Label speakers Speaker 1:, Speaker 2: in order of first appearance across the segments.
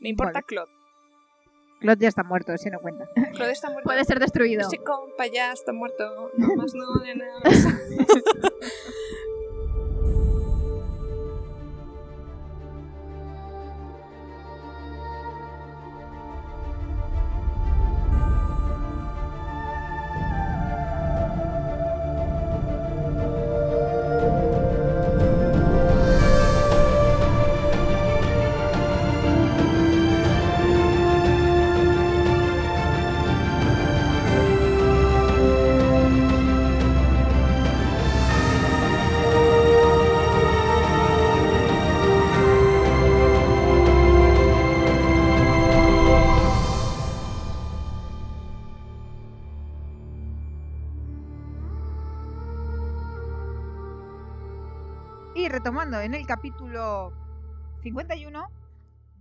Speaker 1: No importa Claude.
Speaker 2: Claude ya está muerto, ese no cuenta.
Speaker 1: Claude está muerto.
Speaker 3: Puede ser destruido.
Speaker 1: Ese compa ya está muerto. No más no, de nada.
Speaker 2: Y retomando en el capítulo 51,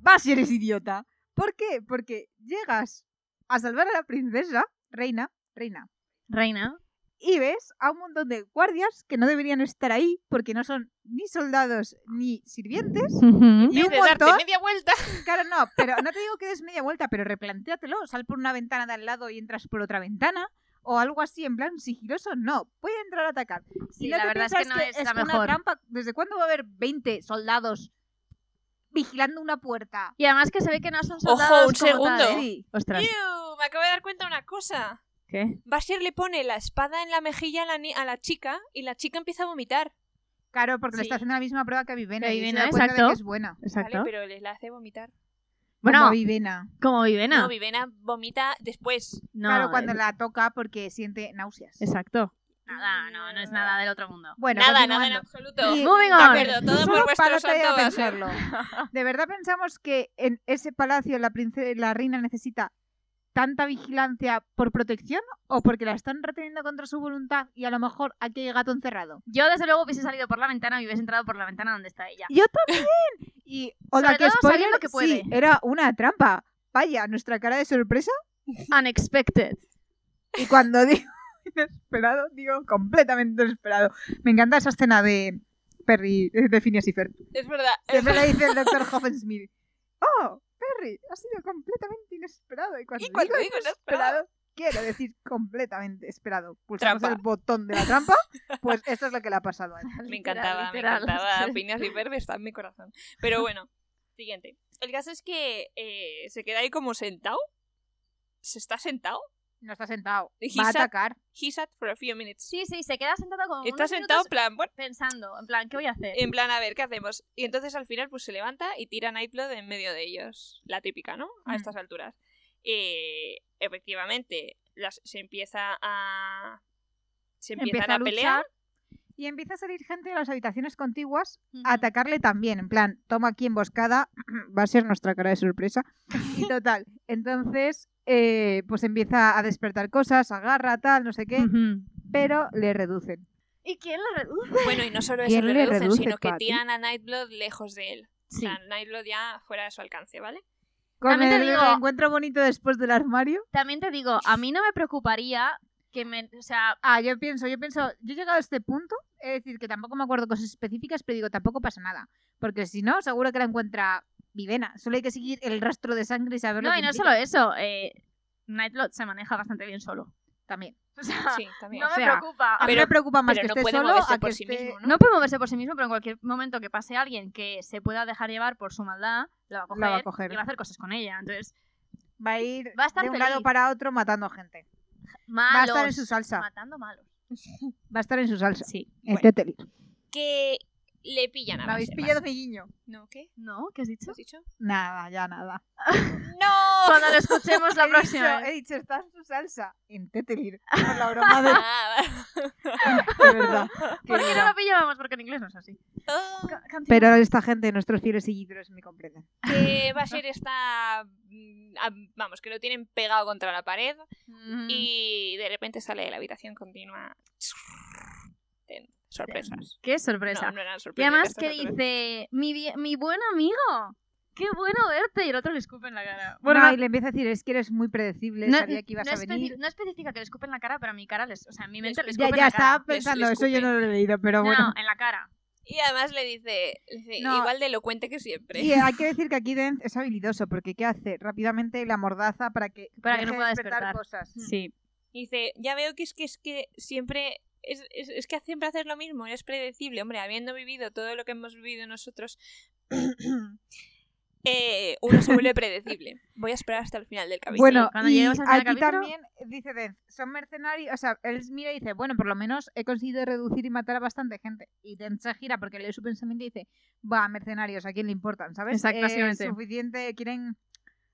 Speaker 2: vas y eres idiota. ¿Por qué? Porque llegas a salvar a la princesa, reina, reina,
Speaker 3: Reina.
Speaker 2: y ves a un montón de guardias que no deberían estar ahí porque no son ni soldados ni sirvientes. Y un
Speaker 1: de darte
Speaker 2: montón,
Speaker 1: media vuelta.
Speaker 2: claro, no, pero no te digo que des media vuelta, pero replantéatelo, sal por una ventana de al lado y entras por otra ventana o algo así en plan sigiloso, no, voy a entrar a atacar. Si
Speaker 3: Sí,
Speaker 2: no
Speaker 3: la
Speaker 2: te
Speaker 3: verdad es
Speaker 2: piensas
Speaker 3: que no es la
Speaker 2: una
Speaker 3: mejor.
Speaker 2: trampa, ¿desde cuándo va a haber 20 soldados vigilando una puerta?
Speaker 3: Y además que se ve que no son
Speaker 1: Ojo, un
Speaker 3: soldados como
Speaker 1: segundo.
Speaker 3: tal, ¿eh?
Speaker 2: Sí.
Speaker 3: Ostras.
Speaker 1: Iu, Me acabo de dar cuenta de una cosa.
Speaker 3: ¿Qué?
Speaker 1: Basir le pone la espada en la mejilla a la, ni- a la chica y la chica empieza a vomitar.
Speaker 2: Claro, porque le
Speaker 3: Sí.
Speaker 2: está haciendo la misma prueba que a Vivena.
Speaker 3: Que
Speaker 2: y se
Speaker 3: Vivena,
Speaker 2: da cuenta de
Speaker 3: exacto.
Speaker 2: que es buena.
Speaker 3: Exacto.
Speaker 1: Vale, pero le la hace vomitar.
Speaker 3: Bueno.
Speaker 2: Como Vivena.
Speaker 3: Como Vivena.
Speaker 1: No, Vivena vomita después.
Speaker 3: No,
Speaker 2: claro, cuando
Speaker 3: eh,
Speaker 2: la toca porque siente náuseas.
Speaker 3: Exacto. Nada, no, no es nada del otro mundo.
Speaker 2: Bueno,
Speaker 1: nada, nada en
Speaker 2: continuando.
Speaker 1: absoluto.
Speaker 2: Y-
Speaker 3: Moving
Speaker 1: De
Speaker 3: on.
Speaker 1: acuerdo, todo
Speaker 2: Solo
Speaker 1: por vuestro
Speaker 2: párate a
Speaker 1: santo placer.
Speaker 2: pensarlo. ¿De verdad pensamos que en ese palacio la, prince- la reina necesita tanta vigilancia por protección o porque la están reteniendo contra su voluntad y a lo mejor aquí hay gato encerrado?
Speaker 3: Yo desde luego hubiese salido por la ventana y hubiese entrado por la ventana donde está ella.
Speaker 2: Yo también. Y hola,
Speaker 3: Sobre
Speaker 2: que
Speaker 3: todo salir
Speaker 2: spoiler,
Speaker 3: lo que
Speaker 2: sí,
Speaker 3: puede.
Speaker 2: era una trampa. Vaya, nuestra cara de sorpresa
Speaker 3: Unexpected.
Speaker 2: y cuando digo inesperado, digo completamente inesperado. Me encanta esa escena de Perry, eh, de Phineas y Ferb.
Speaker 1: Es verdad.
Speaker 2: Siempre le dice el doctor Hoffensmith. Oh, Perry, ha sido completamente inesperado. Y cuando,
Speaker 1: Y cuando
Speaker 2: digo
Speaker 1: digo
Speaker 2: inesperado, quiero decir completamente esperado. Pulsamos
Speaker 1: Trampa.
Speaker 2: el botón de la trampa, pues esto es lo que le ha pasado a él.
Speaker 1: Me
Speaker 3: Literal,
Speaker 1: encantaba,
Speaker 3: literal.
Speaker 1: me encantaba. Piñas y Ferb está en mi corazón. Pero bueno, siguiente. El caso es que eh, se queda ahí como sentado. ¿Se está sentado?
Speaker 2: No está sentado.
Speaker 1: Y
Speaker 2: Va
Speaker 1: Hisa-
Speaker 2: a atacar.
Speaker 1: He sat for a few minutes.
Speaker 3: Sí, sí, se queda sentado como
Speaker 1: Está
Speaker 3: unos
Speaker 1: sentado Em, en
Speaker 3: minutos
Speaker 1: plan, bueno,
Speaker 3: pensando, en plan, ¿qué voy a hacer?
Speaker 1: en plan, a ver, ¿qué hacemos? Y entonces al final pues se levanta y tira Nightblood en medio de ellos. La típica, ¿no? A
Speaker 2: Mm.
Speaker 1: estas alturas. Eh, efectivamente, las- se empieza a... Se empiezan
Speaker 2: Empieza a,
Speaker 1: a, pelear.
Speaker 2: luchar. Y empieza a salir gente de las habitaciones contiguas
Speaker 3: Ujú.
Speaker 2: a atacarle también. En plan, toma aquí emboscada, va a ser nuestra cara de sorpresa. Y total, entonces, eh, pues empieza a despertar cosas, agarra, tal, no sé qué,
Speaker 3: Ujú.
Speaker 2: pero le reducen.
Speaker 3: ¿Y quién la reduce?
Speaker 1: Bueno, y no solo
Speaker 2: ¿Quién
Speaker 1: eso le
Speaker 2: le
Speaker 1: reducen,
Speaker 2: reduce,
Speaker 1: sino que
Speaker 2: Patty?
Speaker 1: tiran a Nightblood lejos de él.
Speaker 3: Sí.
Speaker 1: O sea, Nightblood ya fuera de su alcance, ¿vale?
Speaker 2: Con
Speaker 3: También te
Speaker 2: el
Speaker 3: digo-
Speaker 2: encuentro bonito después del armario.
Speaker 3: También te digo, a mí no me preocuparía que me, o sea,
Speaker 2: Ah, yo pienso, yo pienso, yo he llegado a este punto, es decir, que tampoco me acuerdo cosas específicas, pero digo, tampoco pasa nada. Porque si no, seguro que la encuentra Vivena. Solo hay que seguir el rastro de sangre y saber lo
Speaker 3: no,
Speaker 2: que
Speaker 3: y no
Speaker 2: implica.
Speaker 3: solo eso, eh, Nightlot se maneja bastante bien solo.
Speaker 2: También.
Speaker 3: O sea,
Speaker 1: Sí, también.
Speaker 3: no me
Speaker 2: o sea,
Speaker 3: preocupa.
Speaker 2: A mí
Speaker 1: Pero-
Speaker 2: Ah, me preocupa más
Speaker 1: pero
Speaker 2: que
Speaker 1: no
Speaker 2: esté
Speaker 1: puede
Speaker 2: solo
Speaker 1: moverse
Speaker 2: a que
Speaker 1: por sí
Speaker 2: esté-
Speaker 1: mismo,
Speaker 3: No puede moverse por sí mismo, pero en cualquier momento que pase alguien que se pueda dejar llevar por su maldad, la va a coger,
Speaker 2: La va a coger.
Speaker 3: y va a hacer cosas con ella. Entonces,
Speaker 2: Va a ir
Speaker 3: Va a estar
Speaker 2: de un
Speaker 3: feliz.
Speaker 2: lado para otro matando gente.
Speaker 3: malos.
Speaker 2: Va a estar en su salsa.
Speaker 3: Matando malos.
Speaker 2: Va a estar en su salsa.
Speaker 3: Sí.
Speaker 1: Bueno.
Speaker 2: Este teli.
Speaker 1: Que le pillan a
Speaker 2: ¿Me habéis
Speaker 1: Basher,
Speaker 2: pillado
Speaker 1: Basher.
Speaker 2: mi guiño?
Speaker 1: ¿No? ¿Qué?
Speaker 3: ¿No? ¿Qué has
Speaker 1: ¿Qué
Speaker 3: dicho?
Speaker 1: has dicho?
Speaker 2: Nada, ya nada.
Speaker 1: ¡No!
Speaker 3: Cuando lo escuchemos la
Speaker 2: he
Speaker 3: próxima.
Speaker 2: Dicho,
Speaker 3: vez.
Speaker 2: he dicho, está en su salsa. En Tetelir. Por la broma de,
Speaker 1: Ah,
Speaker 2: de verdad. Qué
Speaker 3: ¿Por qué no
Speaker 2: broma.
Speaker 3: lo pillábamos? Porque en inglés no es así.
Speaker 1: oh,
Speaker 3: Ca- continúa.
Speaker 2: Pero esta gente, nuestros fieles seguidores, me comprenden.
Speaker 1: que Basher está... mm, a- Vamos, que lo tienen pegado contra la pared
Speaker 3: Mm.
Speaker 1: y de repente sale de la habitación continua. Ten- Sorpresas.
Speaker 3: Qué sorpresa.
Speaker 1: No, no eran
Speaker 3: y
Speaker 2: pues
Speaker 1: sorpresas.
Speaker 3: además que dice, mi, vie- mi buen amigo, qué bueno verte. Y el otro le escupe en la cara.
Speaker 2: Bueno,
Speaker 3: no-
Speaker 2: y le empieza a decir, es que eres muy predecible, sabía que ibas
Speaker 3: no
Speaker 2: a
Speaker 3: especi-
Speaker 2: venir.
Speaker 3: no especifica que le escupen la cara, pero a mi cara, les, o sea, en mi mente
Speaker 1: Les-
Speaker 3: le
Speaker 2: Ya,
Speaker 3: escupen
Speaker 2: ya
Speaker 3: la cara.
Speaker 2: estaba
Speaker 1: les-
Speaker 2: pensando,
Speaker 1: les
Speaker 2: eso yo
Speaker 1: escupe.
Speaker 2: no lo he leído, pero
Speaker 3: no,
Speaker 2: bueno.
Speaker 3: en la cara.
Speaker 1: Y además le dice, le dice,
Speaker 2: No.
Speaker 1: igual de elocuente que siempre.
Speaker 2: Y eh, hay que decir que aquí Dent es habilidoso, porque ¿qué hace? Rápidamente la mordaza para que,
Speaker 3: Para que no
Speaker 2: deje de
Speaker 3: pueda despertar. Mm.
Speaker 2: cosas.
Speaker 3: Sí.
Speaker 1: Y dice, ya veo que es que es que siempre es, es- es que siempre haces lo mismo, eres predecible, hombre, habiendo vivido todo lo que hemos vivido nosotros, eh, uno se vuelve predecible. Voy a esperar hasta el final del capítulo.
Speaker 2: Bueno,
Speaker 3: cuando
Speaker 2: y
Speaker 3: lleguemos al final
Speaker 2: aquí
Speaker 3: del capítulo-
Speaker 2: también eh, dice Dent, son mercenarios, o sea, él mira y dice, bueno, por lo menos he conseguido reducir y matar a bastante gente. Y Dent se gira porque lee su pensamiento y dice, va, mercenarios, ¿a quién le importan? ¿Sabes?
Speaker 3: Exacto,
Speaker 2: Eh,
Speaker 3: básicamente.
Speaker 2: suficiente, quieren,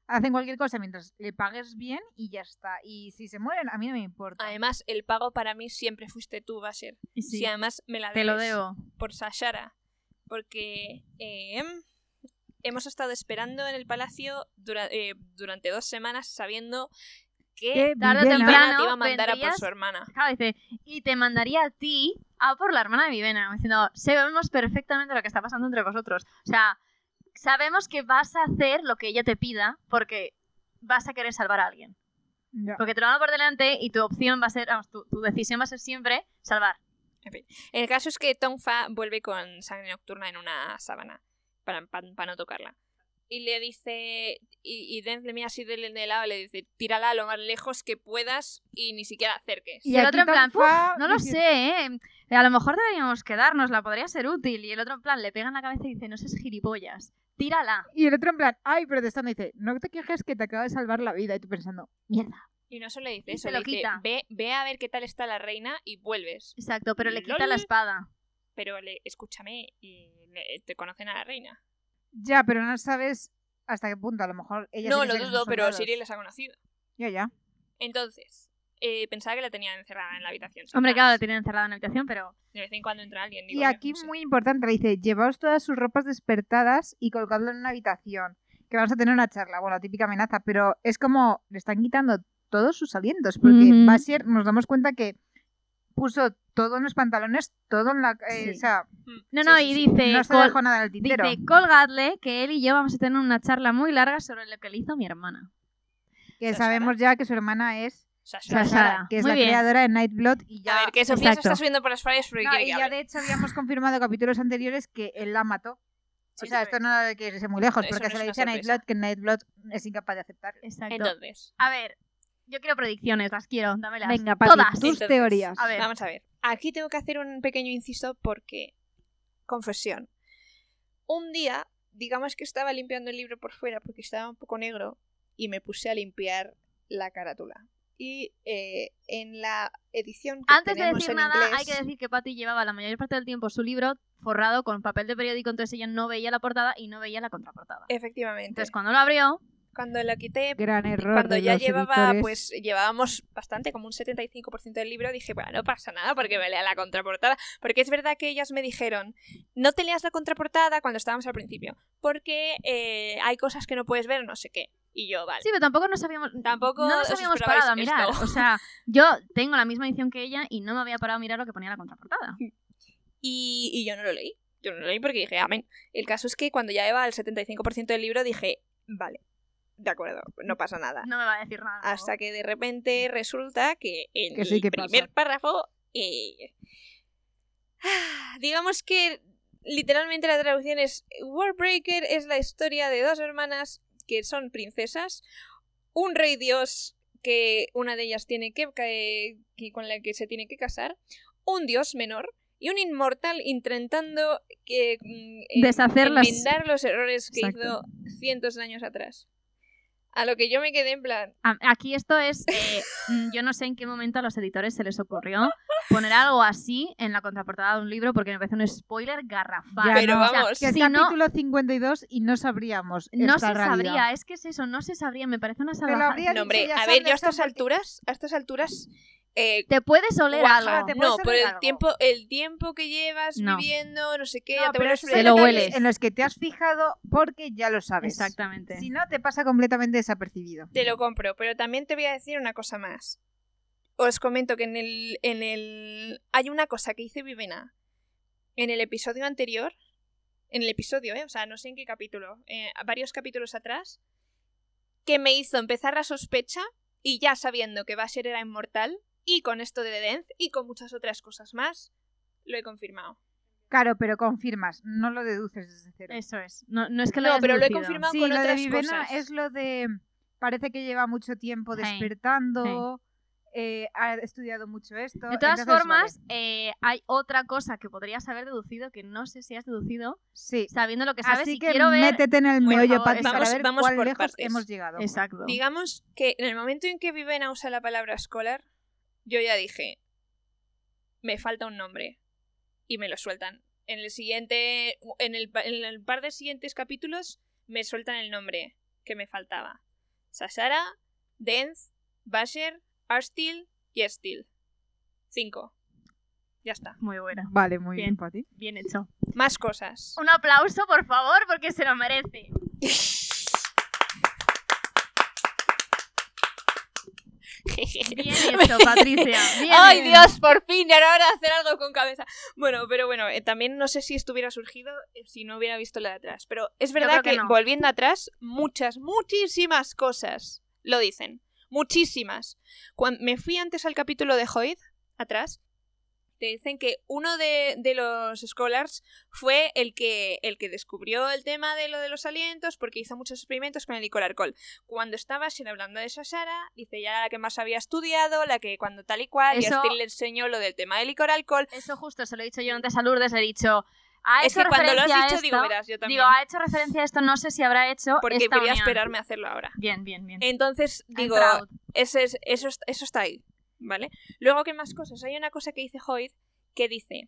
Speaker 2: hacen cualquier cosa mientras le pagues bien y ya está. Y si se mueren, a mí no me importa.
Speaker 1: Además, el pago para mí siempre fuiste tú, va a ser.
Speaker 3: Y
Speaker 1: Si
Speaker 3: sí,
Speaker 1: además me la
Speaker 3: te lo
Speaker 1: debes
Speaker 3: debo.
Speaker 1: por Sashara, porque em, hemos estado esperando en el palacio dura- eh, durante dos semanas sabiendo que
Speaker 2: Qué
Speaker 3: tarde o
Speaker 2: villana.
Speaker 3: temprano-
Speaker 1: Ivana te iba a mandar a por
Speaker 3: vendrías-
Speaker 1: su hermana.
Speaker 3: Claro, dice, y te mandaría a ti a por la hermana de Vivena, como diciendo, sabemos perfectamente lo que está pasando entre vosotros. O sea, sabemos que vas a hacer lo que ella te pida porque vas a querer salvar a alguien.
Speaker 2: Ya.
Speaker 3: Porque te lo van a por delante y tu opción va a ser, vamos, tu, tu decisión va a ser siempre salvar.
Speaker 1: El caso es que Tong Fa vuelve con sangre nocturna en una sábana para, pa- pa no tocarla. Y le dice. Y, y Dent le mira así de, de lado y le dice: tírala lo más lejos que puedas y ni siquiera acerques.
Speaker 3: Y el
Speaker 2: aquí
Speaker 3: otro en
Speaker 2: Tom
Speaker 3: plan,
Speaker 2: Fa
Speaker 3: "Puf, no lo
Speaker 2: dice-
Speaker 3: sé, ¿eh? A lo mejor deberíamos quedarnos, la podría ser útil. Y el otro en plan, le pega en la cabeza y dice, no seas gilipollas, tírala.
Speaker 2: Y el otro en plan, ay, protestando, dice, no te quejes que te acaba de salvar la vida. Y tú pensando, mierda.
Speaker 1: Y no solo le dice
Speaker 3: Y
Speaker 1: eso,
Speaker 3: se lo
Speaker 1: le dice,
Speaker 3: quita.
Speaker 1: Ve, ve a ver qué tal está la reina y vuelves.
Speaker 3: Exacto, pero le quita
Speaker 1: Lol.
Speaker 3: la espada.
Speaker 1: Pero le, escúchame, y le- te conocen a la reina.
Speaker 2: Ya, pero no sabes hasta qué punto, a lo mejor ella...
Speaker 1: no,
Speaker 2: sí que
Speaker 1: lo
Speaker 2: sabe que
Speaker 1: dudo,
Speaker 2: son
Speaker 1: pero
Speaker 2: soldados.
Speaker 1: Siri les ha conocido.
Speaker 2: Ya, ya.
Speaker 1: Entonces, eh, pensaba que la tenían encerrada en la habitación. sin
Speaker 3: Hombre,
Speaker 1: más.
Speaker 3: claro, la tienen encerrada en la habitación, pero
Speaker 1: De vez en cuando entra alguien. digo
Speaker 2: Y
Speaker 1: yo,
Speaker 2: aquí
Speaker 1: no sé.
Speaker 2: muy importante, le dice, llevaos todas sus ropas despertadas y colgadlo en una habitación, que vamos a tener una charla, bueno, típica amenaza, pero es como le están quitando todos sus alientos, porque
Speaker 3: Ujú.
Speaker 2: Bashir nos damos cuenta que puso todo en los pantalones, todo en la... eh,
Speaker 3: Sí.
Speaker 2: O sea,
Speaker 1: Mm,
Speaker 3: No,
Speaker 1: sí,
Speaker 3: no,
Speaker 1: sí,
Speaker 3: y
Speaker 1: sí.
Speaker 3: dice,
Speaker 2: no se
Speaker 3: col-
Speaker 2: dejó nada en el tintero.
Speaker 3: dice, colgadle que él y yo vamos a tener una charla muy larga sobre lo que le hizo mi hermana.
Speaker 2: que
Speaker 1: Sashara.
Speaker 2: sabemos ya que su hermana es
Speaker 1: Sasha.
Speaker 3: Sasha.
Speaker 2: Sashara, que es
Speaker 3: Muy
Speaker 2: la
Speaker 3: bien.
Speaker 2: creadora de Nightblood y ya...
Speaker 1: A ver, que Sofía se
Speaker 3: exacto.
Speaker 1: está subiendo por las fallas porque
Speaker 2: No,
Speaker 1: quiere
Speaker 2: y
Speaker 1: que
Speaker 2: ya
Speaker 1: hable.
Speaker 2: de hecho habíamos confirmado en capítulos anteriores que él la mató.
Speaker 1: Sí,
Speaker 2: o sea,
Speaker 1: sí,
Speaker 2: esto
Speaker 1: sí.
Speaker 2: no hay que irse muy lejos,
Speaker 1: Eso
Speaker 2: porque
Speaker 1: no
Speaker 2: se
Speaker 1: es
Speaker 2: le
Speaker 1: una
Speaker 2: dice a
Speaker 1: sorpresa.
Speaker 2: Nightblood que Nightblood es incapaz de aceptarlo.
Speaker 3: Exacto.
Speaker 1: Entonces,
Speaker 3: a ver, yo quiero predicciones, las quiero, dámelas.
Speaker 2: Venga, Pati,
Speaker 3: todas.
Speaker 2: tus
Speaker 1: Entonces,
Speaker 2: teorías.
Speaker 3: A ver.
Speaker 1: vamos a ver. Aquí tengo que hacer un pequeño inciso porque. Confesión. Un día, digamos que estaba limpiando el libro por fuera porque estaba un poco negro y me puse a limpiar la carátula. Y eh, en la edición que
Speaker 3: Antes de
Speaker 1: tenemos
Speaker 3: decir
Speaker 1: en
Speaker 3: nada,
Speaker 1: inglés-
Speaker 3: hay que decir que Patty llevaba la mayor parte del tiempo su libro forrado con papel de periódico, entonces ella no veía la portada y no veía la contraportada.
Speaker 1: Efectivamente.
Speaker 3: Entonces, cuando lo abrió,
Speaker 1: cuando lo quité,
Speaker 2: Gran error.
Speaker 1: cuando
Speaker 2: de
Speaker 1: ya
Speaker 2: los
Speaker 1: llevaba,
Speaker 2: editores.
Speaker 1: pues llevábamos bastante, como un 75% del libro, dije, bueno, no pasa nada porque me lea la contraportada. Porque es verdad que ellas me dijeron, no te leas la contraportada cuando estábamos al principio, porque eh, hay cosas que no puedes ver, no sé qué. Y yo, vale.
Speaker 3: sí, pero tampoco nos habíamos,
Speaker 1: Tampoco
Speaker 3: no nos
Speaker 1: os
Speaker 3: habíamos
Speaker 1: esperabais
Speaker 3: parado a mirar.
Speaker 1: esto.
Speaker 3: O sea, yo tengo la misma edición que ella y no me había parado a mirar lo que ponía la contraportada.
Speaker 1: Y, y yo no lo leí. Yo no lo leí porque dije, amén. El caso es que cuando ya iba al 75% del libro, dije, vale, de acuerdo, no pasa nada.
Speaker 3: No me va a decir nada. nuevo.
Speaker 1: Hasta que de repente resulta que en
Speaker 2: Que sí, que
Speaker 1: el
Speaker 2: pasa.
Speaker 1: primer párrafo. eh, ah, digamos que literalmente la traducción es: Warbreaker es la historia de dos hermanas que son princesas, un rey dios que una de ellas tiene que, que- que con la que se tiene que casar, un dios menor y un inmortal intentando que, mm, eh,
Speaker 3: Deshacer las-
Speaker 1: enmendar los errores que
Speaker 3: Exacto.
Speaker 1: hizo cientos de años atrás. A lo que yo me quedé en plan,
Speaker 3: A- Aquí esto es, eh, mm, yo no sé en qué momento a los editores se les ocurrió poner algo así en la contraportada de un libro porque me parece un spoiler garrafal.
Speaker 2: Ya,
Speaker 1: Pero
Speaker 3: O sea,
Speaker 1: vamos.
Speaker 2: Que es
Speaker 3: si no,
Speaker 2: capítulo 52 y no sabríamos.
Speaker 3: no
Speaker 2: esta
Speaker 3: se
Speaker 2: realidad.
Speaker 3: sabría, es que es eso, no se sabría, me parece una
Speaker 2: habría
Speaker 3: salvajada.
Speaker 2: dicho
Speaker 1: No, hombre,
Speaker 2: ya
Speaker 1: a ver,
Speaker 2: Sanderson
Speaker 1: yo a estas
Speaker 2: porque-
Speaker 1: alturas, a estas alturas, eh,
Speaker 3: Te puedes oler
Speaker 1: guaja,
Speaker 3: algo.
Speaker 2: te puedes
Speaker 1: no, por
Speaker 2: oler
Speaker 1: el
Speaker 2: algo.
Speaker 1: tiempo, el tiempo que llevas
Speaker 3: No.
Speaker 1: viviendo, no sé qué,
Speaker 2: No,
Speaker 1: ya te
Speaker 2: pero
Speaker 1: vuelves
Speaker 2: esos
Speaker 3: Se
Speaker 2: son
Speaker 3: lo
Speaker 2: detalles
Speaker 3: hueles.
Speaker 2: En los que te has fijado porque ya lo sabes.
Speaker 3: Exactamente.
Speaker 2: Si no, te pasa completamente desapercibido.
Speaker 1: Te lo compro, pero también te voy a decir una cosa más. Os comento que en el, en el hay una cosa que hice Vivena en el episodio anterior, en el episodio, ¿eh? o sea, no sé en qué capítulo, eh, varios capítulos atrás, que me hizo empezar la sospecha y ya sabiendo que Basher era inmortal y con esto de Denz y con muchas otras cosas más, lo he confirmado.
Speaker 2: Claro, pero confirmas, no lo deduces desde cero.
Speaker 3: Eso es. No, no es que lo
Speaker 1: No,
Speaker 3: hayas
Speaker 1: pero lo he
Speaker 3: deducido.
Speaker 1: confirmado
Speaker 2: sí,
Speaker 1: con
Speaker 2: lo de
Speaker 1: otras
Speaker 2: Vivena
Speaker 1: cosas.
Speaker 2: es lo de. Parece que lleva mucho tiempo
Speaker 3: Sí,
Speaker 2: despertando, eh, ha estudiado mucho esto.
Speaker 3: De todas
Speaker 2: entonces,
Speaker 3: formas,
Speaker 2: vale.
Speaker 3: eh, hay otra cosa que podrías haber deducido que no sé si has deducido,
Speaker 2: sí.
Speaker 3: sabiendo lo que sabes
Speaker 2: Así
Speaker 3: y
Speaker 2: que
Speaker 3: quiero ver.
Speaker 2: métete en el
Speaker 3: Por
Speaker 2: meollo,
Speaker 3: favor,
Speaker 2: Patty,
Speaker 3: vamos-
Speaker 2: para ver
Speaker 1: vamos
Speaker 2: cuál
Speaker 1: por
Speaker 2: lejos
Speaker 1: partes.
Speaker 2: hemos llegado.
Speaker 3: Exacto.
Speaker 1: Digamos que en el momento en que Vivena usa la palabra escolar, yo ya dije, me falta un nombre. Y me lo sueltan. En el siguiente, en el, pa- en el par de siguientes capítulos, me sueltan el nombre que me faltaba. Sasara, Dance, Basher, Arstil y Estil. Cinco. Ya está.
Speaker 3: Muy buena.
Speaker 2: Vale, muy bien,
Speaker 3: Bien.
Speaker 2: Patty.
Speaker 3: Bien hecho.
Speaker 1: Más cosas.
Speaker 3: Un aplauso, por favor, porque se lo merece. Bien hecho, Patricia. Bien
Speaker 1: ¡Ay,
Speaker 3: hecho.
Speaker 1: Dios! Por fin, ya era hora de hacer algo con cabeza. Bueno, pero bueno, eh, también no sé si esto hubiera surgido eh, si no hubiera visto la de atrás. Pero es verdad
Speaker 3: creo que
Speaker 1: que,
Speaker 3: no.
Speaker 1: volviendo atrás, muchas, muchísimas cosas lo dicen. Muchísimas. Cuando me fui antes al capítulo de Hoyd, atrás, te dicen que uno de, de los scholars fue el que, el que descubrió el tema de lo de los alientos porque hizo muchos experimentos con el alcohol. Cuando estaba sin hablando de Sashara, dice ya la que más había estudiado, la que cuando tal y cual, y
Speaker 3: Eso-
Speaker 1: Astil le enseñó lo del tema del licor alcohol.
Speaker 3: Eso justo se lo he dicho yo antes a Lourdes, he dicho. Ha
Speaker 1: Es
Speaker 3: hecho
Speaker 1: que cuando lo has
Speaker 3: referencia
Speaker 1: dicho,
Speaker 3: a
Speaker 1: digo,
Speaker 3: esto-
Speaker 1: verás, yo también.
Speaker 3: digo, ha hecho referencia a esto, no sé si habrá hecho.
Speaker 1: porque
Speaker 3: esta
Speaker 1: quería
Speaker 3: unión.
Speaker 1: esperarme a hacerlo ahora.
Speaker 3: Bien, bien, bien.
Speaker 1: Entonces,
Speaker 3: Ha
Speaker 1: digo,
Speaker 3: entrado.
Speaker 1: ese es- eso, es- eso está ahí, ¿vale? Luego, ¿qué más cosas? Hay una cosa que dice Hoyt que dice...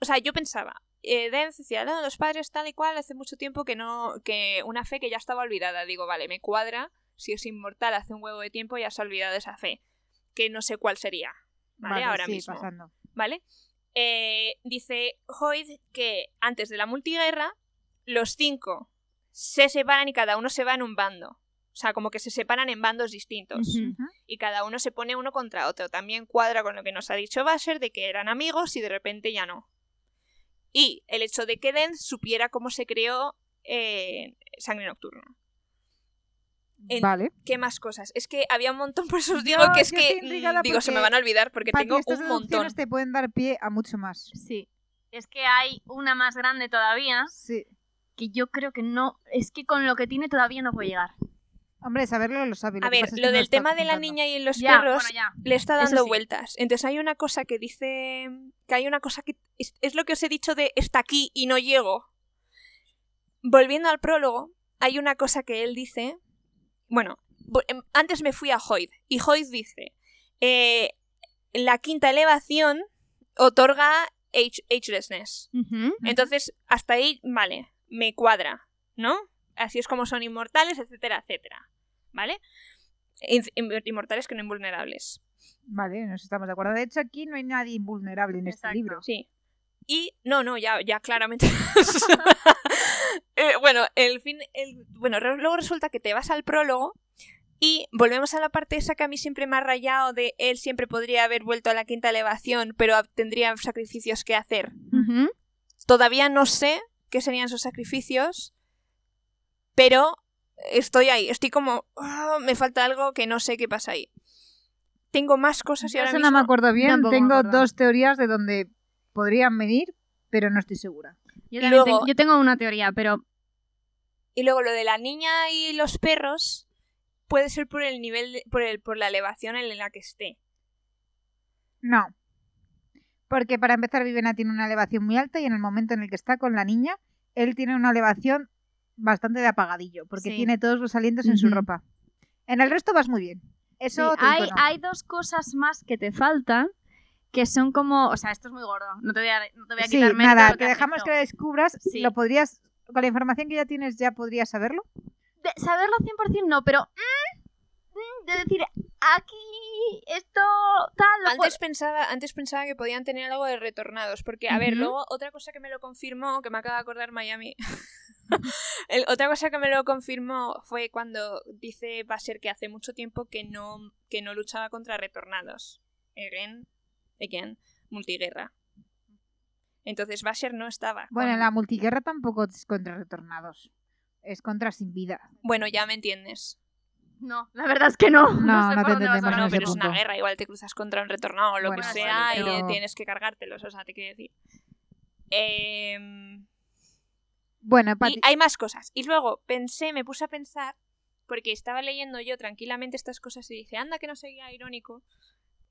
Speaker 1: O sea, yo pensaba, eh, Dance decía, "No, los padres tal y cual, hace mucho tiempo que no... que una fe que ya estaba olvidada. Digo, vale, me cuadra, si es inmortal hace un huevo de tiempo ya se ha olvidado esa fe, que no sé cuál sería, ¿vale? Ahora
Speaker 2: sí,
Speaker 1: mismo.
Speaker 2: pasando.
Speaker 1: ¿vale? Eh, dice Hoyd que antes de la multiguerra, los cinco se separan y cada uno se va en un bando. O sea, como que se separan en bandos distintos.
Speaker 3: Ujú.
Speaker 2: Ujú.
Speaker 1: Y cada uno se pone uno contra otro. También cuadra con lo que nos ha dicho Basher de que eran amigos y de repente ya no. Y el hecho de que Den supiera cómo se creó eh, Sangre Nocturna. En-
Speaker 2: Vale.
Speaker 1: ¿Qué más cosas? Es que había un montón, por eso os digo que es
Speaker 2: yo
Speaker 1: que.
Speaker 2: estoy intrigada
Speaker 1: mm, Digo, se me
Speaker 2: porque,
Speaker 1: van a olvidar porque
Speaker 2: Patty,
Speaker 1: tengo
Speaker 2: estas
Speaker 1: un montón.
Speaker 2: deducciones te pueden dar pie a mucho más.
Speaker 3: Sí. Es que hay una más grande todavía
Speaker 2: Sí.
Speaker 3: que yo creo que no. Es que con lo que tiene todavía no puede llegar.
Speaker 2: Hombre, saberlo lo sabe.
Speaker 1: A ver, lo del tema de la niña y los
Speaker 3: ya,
Speaker 1: perros
Speaker 3: bueno, ya.
Speaker 1: le está
Speaker 3: Eso
Speaker 1: dando
Speaker 3: sí.
Speaker 1: vueltas. Entonces hay una cosa que dice que hay una cosa que es, es lo que os he dicho de está aquí y no llego. Volviendo al prólogo, hay una cosa que él dice. Bueno, vo- em, antes me fui a Hoyd y Hoyd dice eh, la quinta elevación otorga age- agelessness. Entonces, hasta ahí, vale, me cuadra, ¿no? Así es como son inmortales, etcétera, etcétera. ¿Vale? In- in- Inmortales que no invulnerables.
Speaker 2: Vale, nos estamos de acuerdo. De hecho, aquí no hay nadie invulnerable en este
Speaker 3: Exacto.
Speaker 2: libro.
Speaker 1: Sí. Y no, no, ya, ya claramente. Eh, bueno, el fin. el- bueno, re- luego resulta que te vas al prólogo y volvemos a la parte esa que a mí siempre me ha rayado de él siempre podría haber vuelto a la quinta elevación, pero ab- tendría sacrificios que hacer. Todavía no sé qué serían sus sacrificios, pero estoy ahí, estoy como, "Ah, me falta algo que no sé qué pasa ahí. Tengo más
Speaker 3: Pues
Speaker 1: cosas y
Speaker 2: Yo
Speaker 1: ahora
Speaker 2: eso
Speaker 1: mismo...
Speaker 2: no me acuerdo bien.
Speaker 3: Tampoco me
Speaker 2: Tengo
Speaker 3: acuerdo.
Speaker 2: dos teorías de donde podrían venir, pero no estoy segura.
Speaker 3: Yo, también
Speaker 1: luego-
Speaker 3: tengo, yo tengo una teoría, pero
Speaker 1: Y luego lo de la niña y los perros puede ser por el nivel, de- por, el, por la elevación en la que esté.
Speaker 2: No. Porque para empezar, Vivena tiene una elevación muy alta y en el momento en el que está con la niña, él tiene una elevación bastante de apagadillo, porque
Speaker 3: Sí.
Speaker 2: tiene todos los alientos en su
Speaker 3: Ujú.
Speaker 2: ropa. En el resto vas muy bien. Eso
Speaker 3: sí, ah,
Speaker 2: te digo
Speaker 3: hay,
Speaker 2: no.
Speaker 3: hay dos cosas más que te faltan que son como. O sea, esto es muy gordo. No te voy a, no te voy a
Speaker 2: Sí,
Speaker 3: quitar mérito de
Speaker 2: nada,
Speaker 3: lo
Speaker 2: te
Speaker 3: has
Speaker 2: dejamos
Speaker 3: hecho.
Speaker 2: que lo descubras.
Speaker 3: Sí.
Speaker 2: Lo podrías, con la información que ya tienes, ya podrías saberlo.
Speaker 3: de- saberlo 100% no, pero mm, mm, de decir aquí esto tal lo
Speaker 2: pues
Speaker 1: Antes pensaba, antes pensaba que podían tener algo de retornados, porque, a ver,
Speaker 3: Ujú.
Speaker 1: luego otra cosa que me lo confirmó, que me acaba de acordar Miami, El- otra cosa que me lo confirmó fue cuando dice Basher que hace mucho tiempo que no, que no luchaba contra retornados. Again, again, multiguerra. Entonces Basher no estaba.
Speaker 2: Bueno,
Speaker 1: con-
Speaker 2: en la multiguerra tampoco es contra retornados. Es contra sin vida.
Speaker 1: bueno, ya me entiendes.
Speaker 3: puedo- No, la verdad es que no.
Speaker 2: No,
Speaker 3: sé
Speaker 2: no
Speaker 3: por
Speaker 2: te
Speaker 3: dónde vas
Speaker 2: entendemos
Speaker 3: ahora.
Speaker 1: Bueno,
Speaker 2: en ese
Speaker 1: pero es una
Speaker 2: punto.
Speaker 1: guerra, igual te cruzas contra un retornado o lo
Speaker 2: Bueno,
Speaker 1: que
Speaker 3: sí,
Speaker 1: sea y
Speaker 2: pero-
Speaker 1: tienes que cargártelos, o sea, te quiero decir. Em,
Speaker 2: Bueno,
Speaker 1: Y
Speaker 2: Pati,
Speaker 1: hay más cosas. Y luego pensé, me puse a pensar, porque estaba leyendo yo tranquilamente estas cosas y dije, anda que no sería irónico,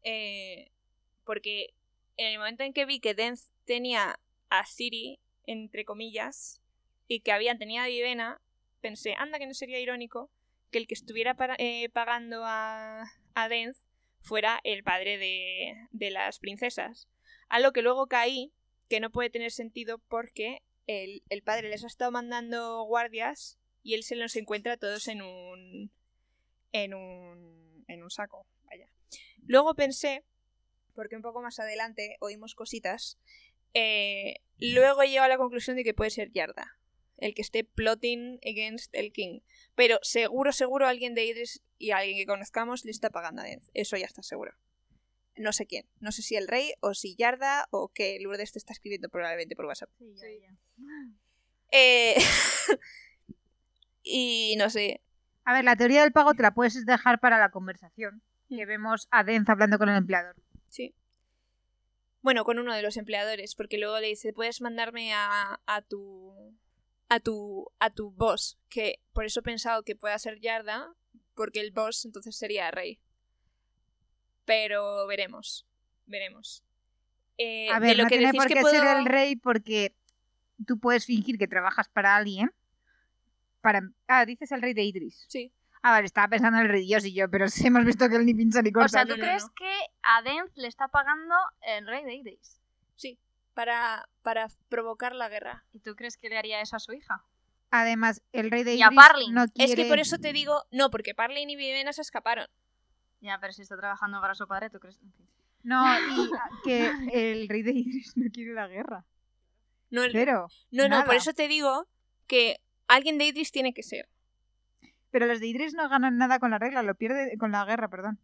Speaker 1: eh, porque en el momento en que vi que Dance tenía a Siri, entre comillas, y que habían tenía a Vivena, pensé, anda que no sería irónico que el que estuviera para- eh, pagando a, a Dance fuera el padre de, de las princesas. A lo que luego caí que no puede tener sentido porque el, el padre les ha estado mandando guardias y él se los encuentra a todos en un. en un. en un saco. Vaya. Luego pensé, porque un poco más adelante oímos cositas. eh, luego he llegado a la conclusión de que puede ser Yarda. El que esté plotting against el King. Pero seguro, seguro alguien de Idris y alguien que conozcamos le está pagando a Denz. Eso ya está seguro. No sé quién. No sé si el rey o si Yarda o que Lourdes te está escribiendo probablemente por WhatsApp.
Speaker 3: Sí,
Speaker 2: Sí.
Speaker 3: ya.
Speaker 1: Eh, y no sé.
Speaker 2: a ver, la teoría del pago te la puedes dejar para la conversación. Que vemos a Denz hablando con el empleador.
Speaker 1: Sí. Bueno, con uno de los empleadores, porque luego le dice, puedes mandarme a, a tu. a tu. a tu boss. Que por eso he pensado que pueda ser Yarda, porque el boss entonces sería Rey. Pero veremos. Veremos. Eh,
Speaker 2: A
Speaker 1: de
Speaker 2: ver,
Speaker 1: lo
Speaker 2: no
Speaker 1: que
Speaker 2: tiene
Speaker 1: decís
Speaker 2: por
Speaker 1: que
Speaker 2: qué
Speaker 1: puedo-
Speaker 2: ser el rey porque tú puedes fingir que trabajas para alguien. Para... Ah, dices el rey de Idris.
Speaker 1: Sí.
Speaker 2: A ver, estaba pensando en el rey Dios y yo, pero sí hemos visto que él ni pincha ni corta.
Speaker 3: O sea, ¿tú
Speaker 1: no, no,
Speaker 3: crees
Speaker 1: no.
Speaker 3: que a Denz le está pagando el rey de Idris?
Speaker 1: Sí. Para, para provocar la guerra.
Speaker 3: ¿Y tú crees que le haría eso a su hija?
Speaker 2: Además, el rey de
Speaker 3: Y a
Speaker 2: Idris
Speaker 3: Parling.
Speaker 2: no quiere...
Speaker 1: Es que por eso te digo, no, porque Parlin y Vivena se escaparon.
Speaker 3: Ya, pero si está trabajando para su padre, ¿tú crees? En fin.
Speaker 2: No, y que el rey de Idris no quiere la guerra.
Speaker 1: No el,
Speaker 2: Pero,
Speaker 1: No, no, por
Speaker 2: Nada.
Speaker 1: eso te digo que alguien de Idris tiene que ser.
Speaker 2: pero los de Idris no ganan nada con la regla, lo pierden con la guerra, perdón.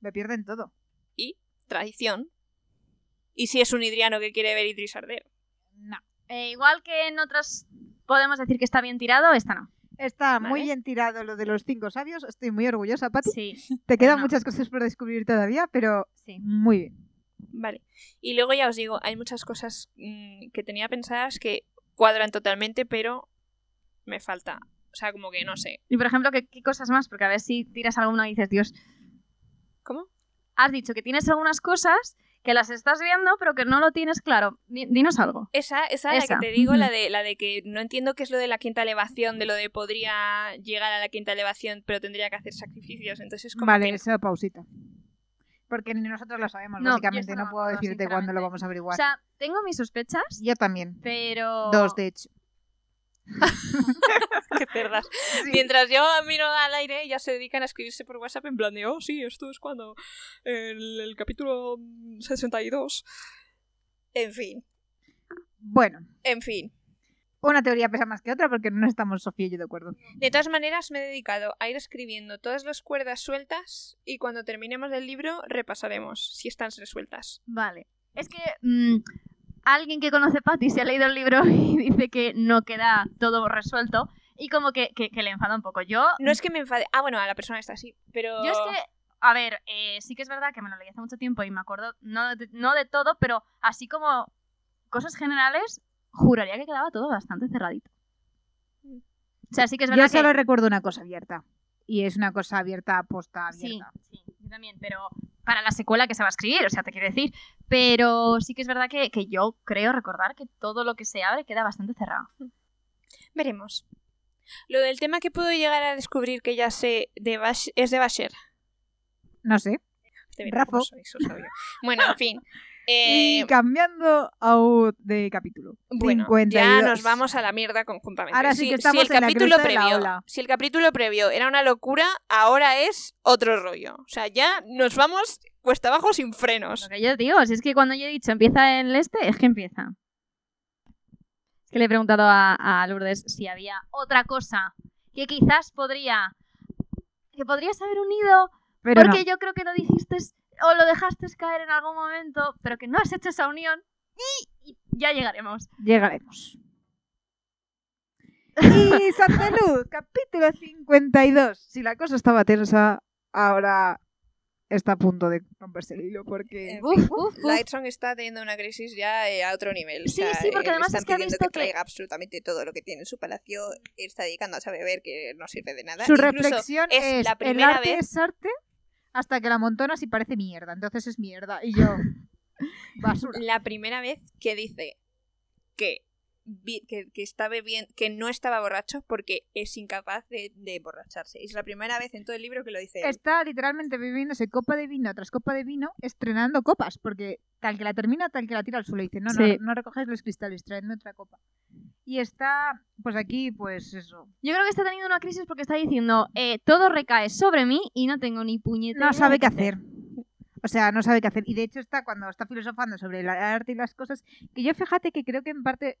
Speaker 2: Lo pierden todo.
Speaker 1: Tradición. Y si es un idriano que quiere ver Idris arder.
Speaker 2: No.
Speaker 3: Eh, igual que en otras podemos decir que está bien tirado, esta no.
Speaker 2: Está
Speaker 1: Vale.
Speaker 2: muy bien tirado lo de los cinco sabios. Estoy muy orgullosa, Pati.
Speaker 3: Sí,
Speaker 2: Te quedan
Speaker 3: no.
Speaker 2: muchas cosas por descubrir todavía, pero
Speaker 3: sí.
Speaker 2: muy bien.
Speaker 1: Vale. Y luego ya os digo, hay muchas cosas mm, que tenía pensadas que cuadran totalmente, pero me falta. O sea, como que no sé.
Speaker 3: Y por ejemplo, ¿qué, qué cosas más? Porque a ver si tiras alguna y dices, Dios,
Speaker 1: ¿Cómo?
Speaker 3: has dicho que tienes algunas cosas que las estás viendo, pero que no lo tienes claro. Di- Dinos algo.
Speaker 1: Esa, esa,
Speaker 3: Esa.
Speaker 1: la que te digo,
Speaker 3: Ujú.
Speaker 1: la de, la de que no entiendo qué es lo de la quinta elevación, de lo de podría llegar a la quinta elevación, pero tendría que hacer sacrificios. Entonces, como
Speaker 2: Vale,
Speaker 1: que-
Speaker 2: esa pausita. Porque ni nosotros lo sabemos,
Speaker 3: No, yo
Speaker 2: básicamente.
Speaker 3: esto no
Speaker 2: No
Speaker 3: me
Speaker 2: puedo
Speaker 3: acuerdo,
Speaker 2: decirte cuándo lo
Speaker 3: sinceramente.
Speaker 2: vamos a
Speaker 3: O
Speaker 2: averiguar.
Speaker 3: sea, tengo mis sospechas,
Speaker 2: Yo también.
Speaker 3: pero...
Speaker 2: Dos, de hecho.
Speaker 1: qué cerdas.
Speaker 2: Sí.
Speaker 1: Mientras yo miro al aire, ya se dedican a escribirse por WhatsApp en plan de, oh, sí, esto es cuando el, el capítulo 62. En fin,
Speaker 2: Bueno,
Speaker 1: en fin.
Speaker 2: una teoría pesa más que otra porque no estamos Sofía y yo de acuerdo.
Speaker 1: De todas maneras, me he dedicado a ir escribiendo todas las cuerdas sueltas y cuando terminemos el libro repasaremos si están resueltas.
Speaker 3: Vale. Es que mm, alguien que conoce a Patty se ha leído el libro y dice que no queda todo resuelto y como que, que- que le enfada un poco. Yo,
Speaker 1: No es que me enfade. Ah, bueno, a la persona está así, pero...
Speaker 3: yo es que, a ver, eh, sí que es verdad que me lo leí hace mucho tiempo y me acuerdo, no de, no de todo, pero así como cosas generales, juraría que quedaba todo bastante cerradito. O sea, sí que es verdad
Speaker 2: Yo
Speaker 3: que...
Speaker 2: solo recuerdo una cosa abierta. Y es una cosa abierta, posta
Speaker 3: Sí,
Speaker 2: abierta.
Speaker 3: sí, yo también, pero para la secuela que se va a escribir, o sea, te quiero decir. Pero sí que es verdad que, que yo creo recordar que todo lo que se abre queda bastante cerrado.
Speaker 1: Veremos. Lo del tema que puedo llegar a descubrir que ya sé de Bash- es de Basher.
Speaker 2: No sé.
Speaker 1: De verdad,
Speaker 2: Rafa.
Speaker 1: ¿cómo sois? Os odio. Bueno, en fin. Eh,
Speaker 2: Y cambiando a u- de capítulo.
Speaker 1: Bueno,
Speaker 2: 52.
Speaker 1: ya nos vamos a la mierda conjuntamente.
Speaker 2: Ahora sí
Speaker 1: Si-
Speaker 2: que estamos
Speaker 1: si el
Speaker 2: en la
Speaker 1: capítulo
Speaker 2: cresta de la
Speaker 1: previo,
Speaker 2: ola.
Speaker 1: Si el capítulo previo era una locura, ahora es otro rollo. O sea, ya nos vamos cuesta abajo sin frenos.
Speaker 3: Lo que yo digo, si es que cuando yo he dicho empieza el este, es que empieza. Es que le he preguntado a, a Lourdes si había otra cosa que quizás podría. que podrías haber unido,
Speaker 2: Pero
Speaker 3: porque yo creo que lo dijiste o lo dejaste caer en algún momento, pero que no has hecho esa unión. Y, y ya llegaremos.
Speaker 2: no, llegaremos. Y Santa Luz, capítulo 52. Si la cosa estaba tensa, ahora está a punto de romperse el hilo porque...
Speaker 1: En
Speaker 3: Uf,
Speaker 1: fin,
Speaker 3: uf, uf.
Speaker 1: Lightstrong está teniendo una crisis ya eh, a otro nivel. O
Speaker 3: Sí,
Speaker 1: sea,
Speaker 3: sí, porque
Speaker 1: eh, le
Speaker 3: además
Speaker 1: están
Speaker 3: es que ha
Speaker 1: pidiendo
Speaker 3: visto que-
Speaker 1: que traiga absolutamente todo lo que tiene en su palacio. Está dedicándose a beber que no sirve de nada.
Speaker 2: Su
Speaker 1: Incluso
Speaker 2: reflexión
Speaker 1: es
Speaker 2: es,
Speaker 1: la
Speaker 2: el
Speaker 1: primera
Speaker 2: arte
Speaker 1: vez-
Speaker 2: es arte hasta que la amontonas y parece mierda, entonces es mierda. Y yo... Basura.
Speaker 1: la primera vez que dice que, vi- que, que está bebiendo, que no estaba borracho porque es incapaz de, de borracharse. Es la primera vez en todo el libro que lo dice.
Speaker 3: eh,
Speaker 1: él.
Speaker 2: Está literalmente bebiéndose copa de vino tras copa de vino, estrenando copas, porque tal que la termina, tal que la tira al suelo y dice, no, no,
Speaker 3: Sí.
Speaker 2: no recoges los cristales, traedme otra copa. Y está, pues aquí, pues eso.
Speaker 3: Yo creo que está teniendo una crisis porque está diciendo, eh, todo recae sobre mí y no tengo ni puñetera.
Speaker 2: No sabe qué
Speaker 3: idea".
Speaker 2: hacer. O sea, no sabe qué hacer. Y de hecho está cuando está filosofando sobre el arte y las cosas, que yo fíjate que creo que en parte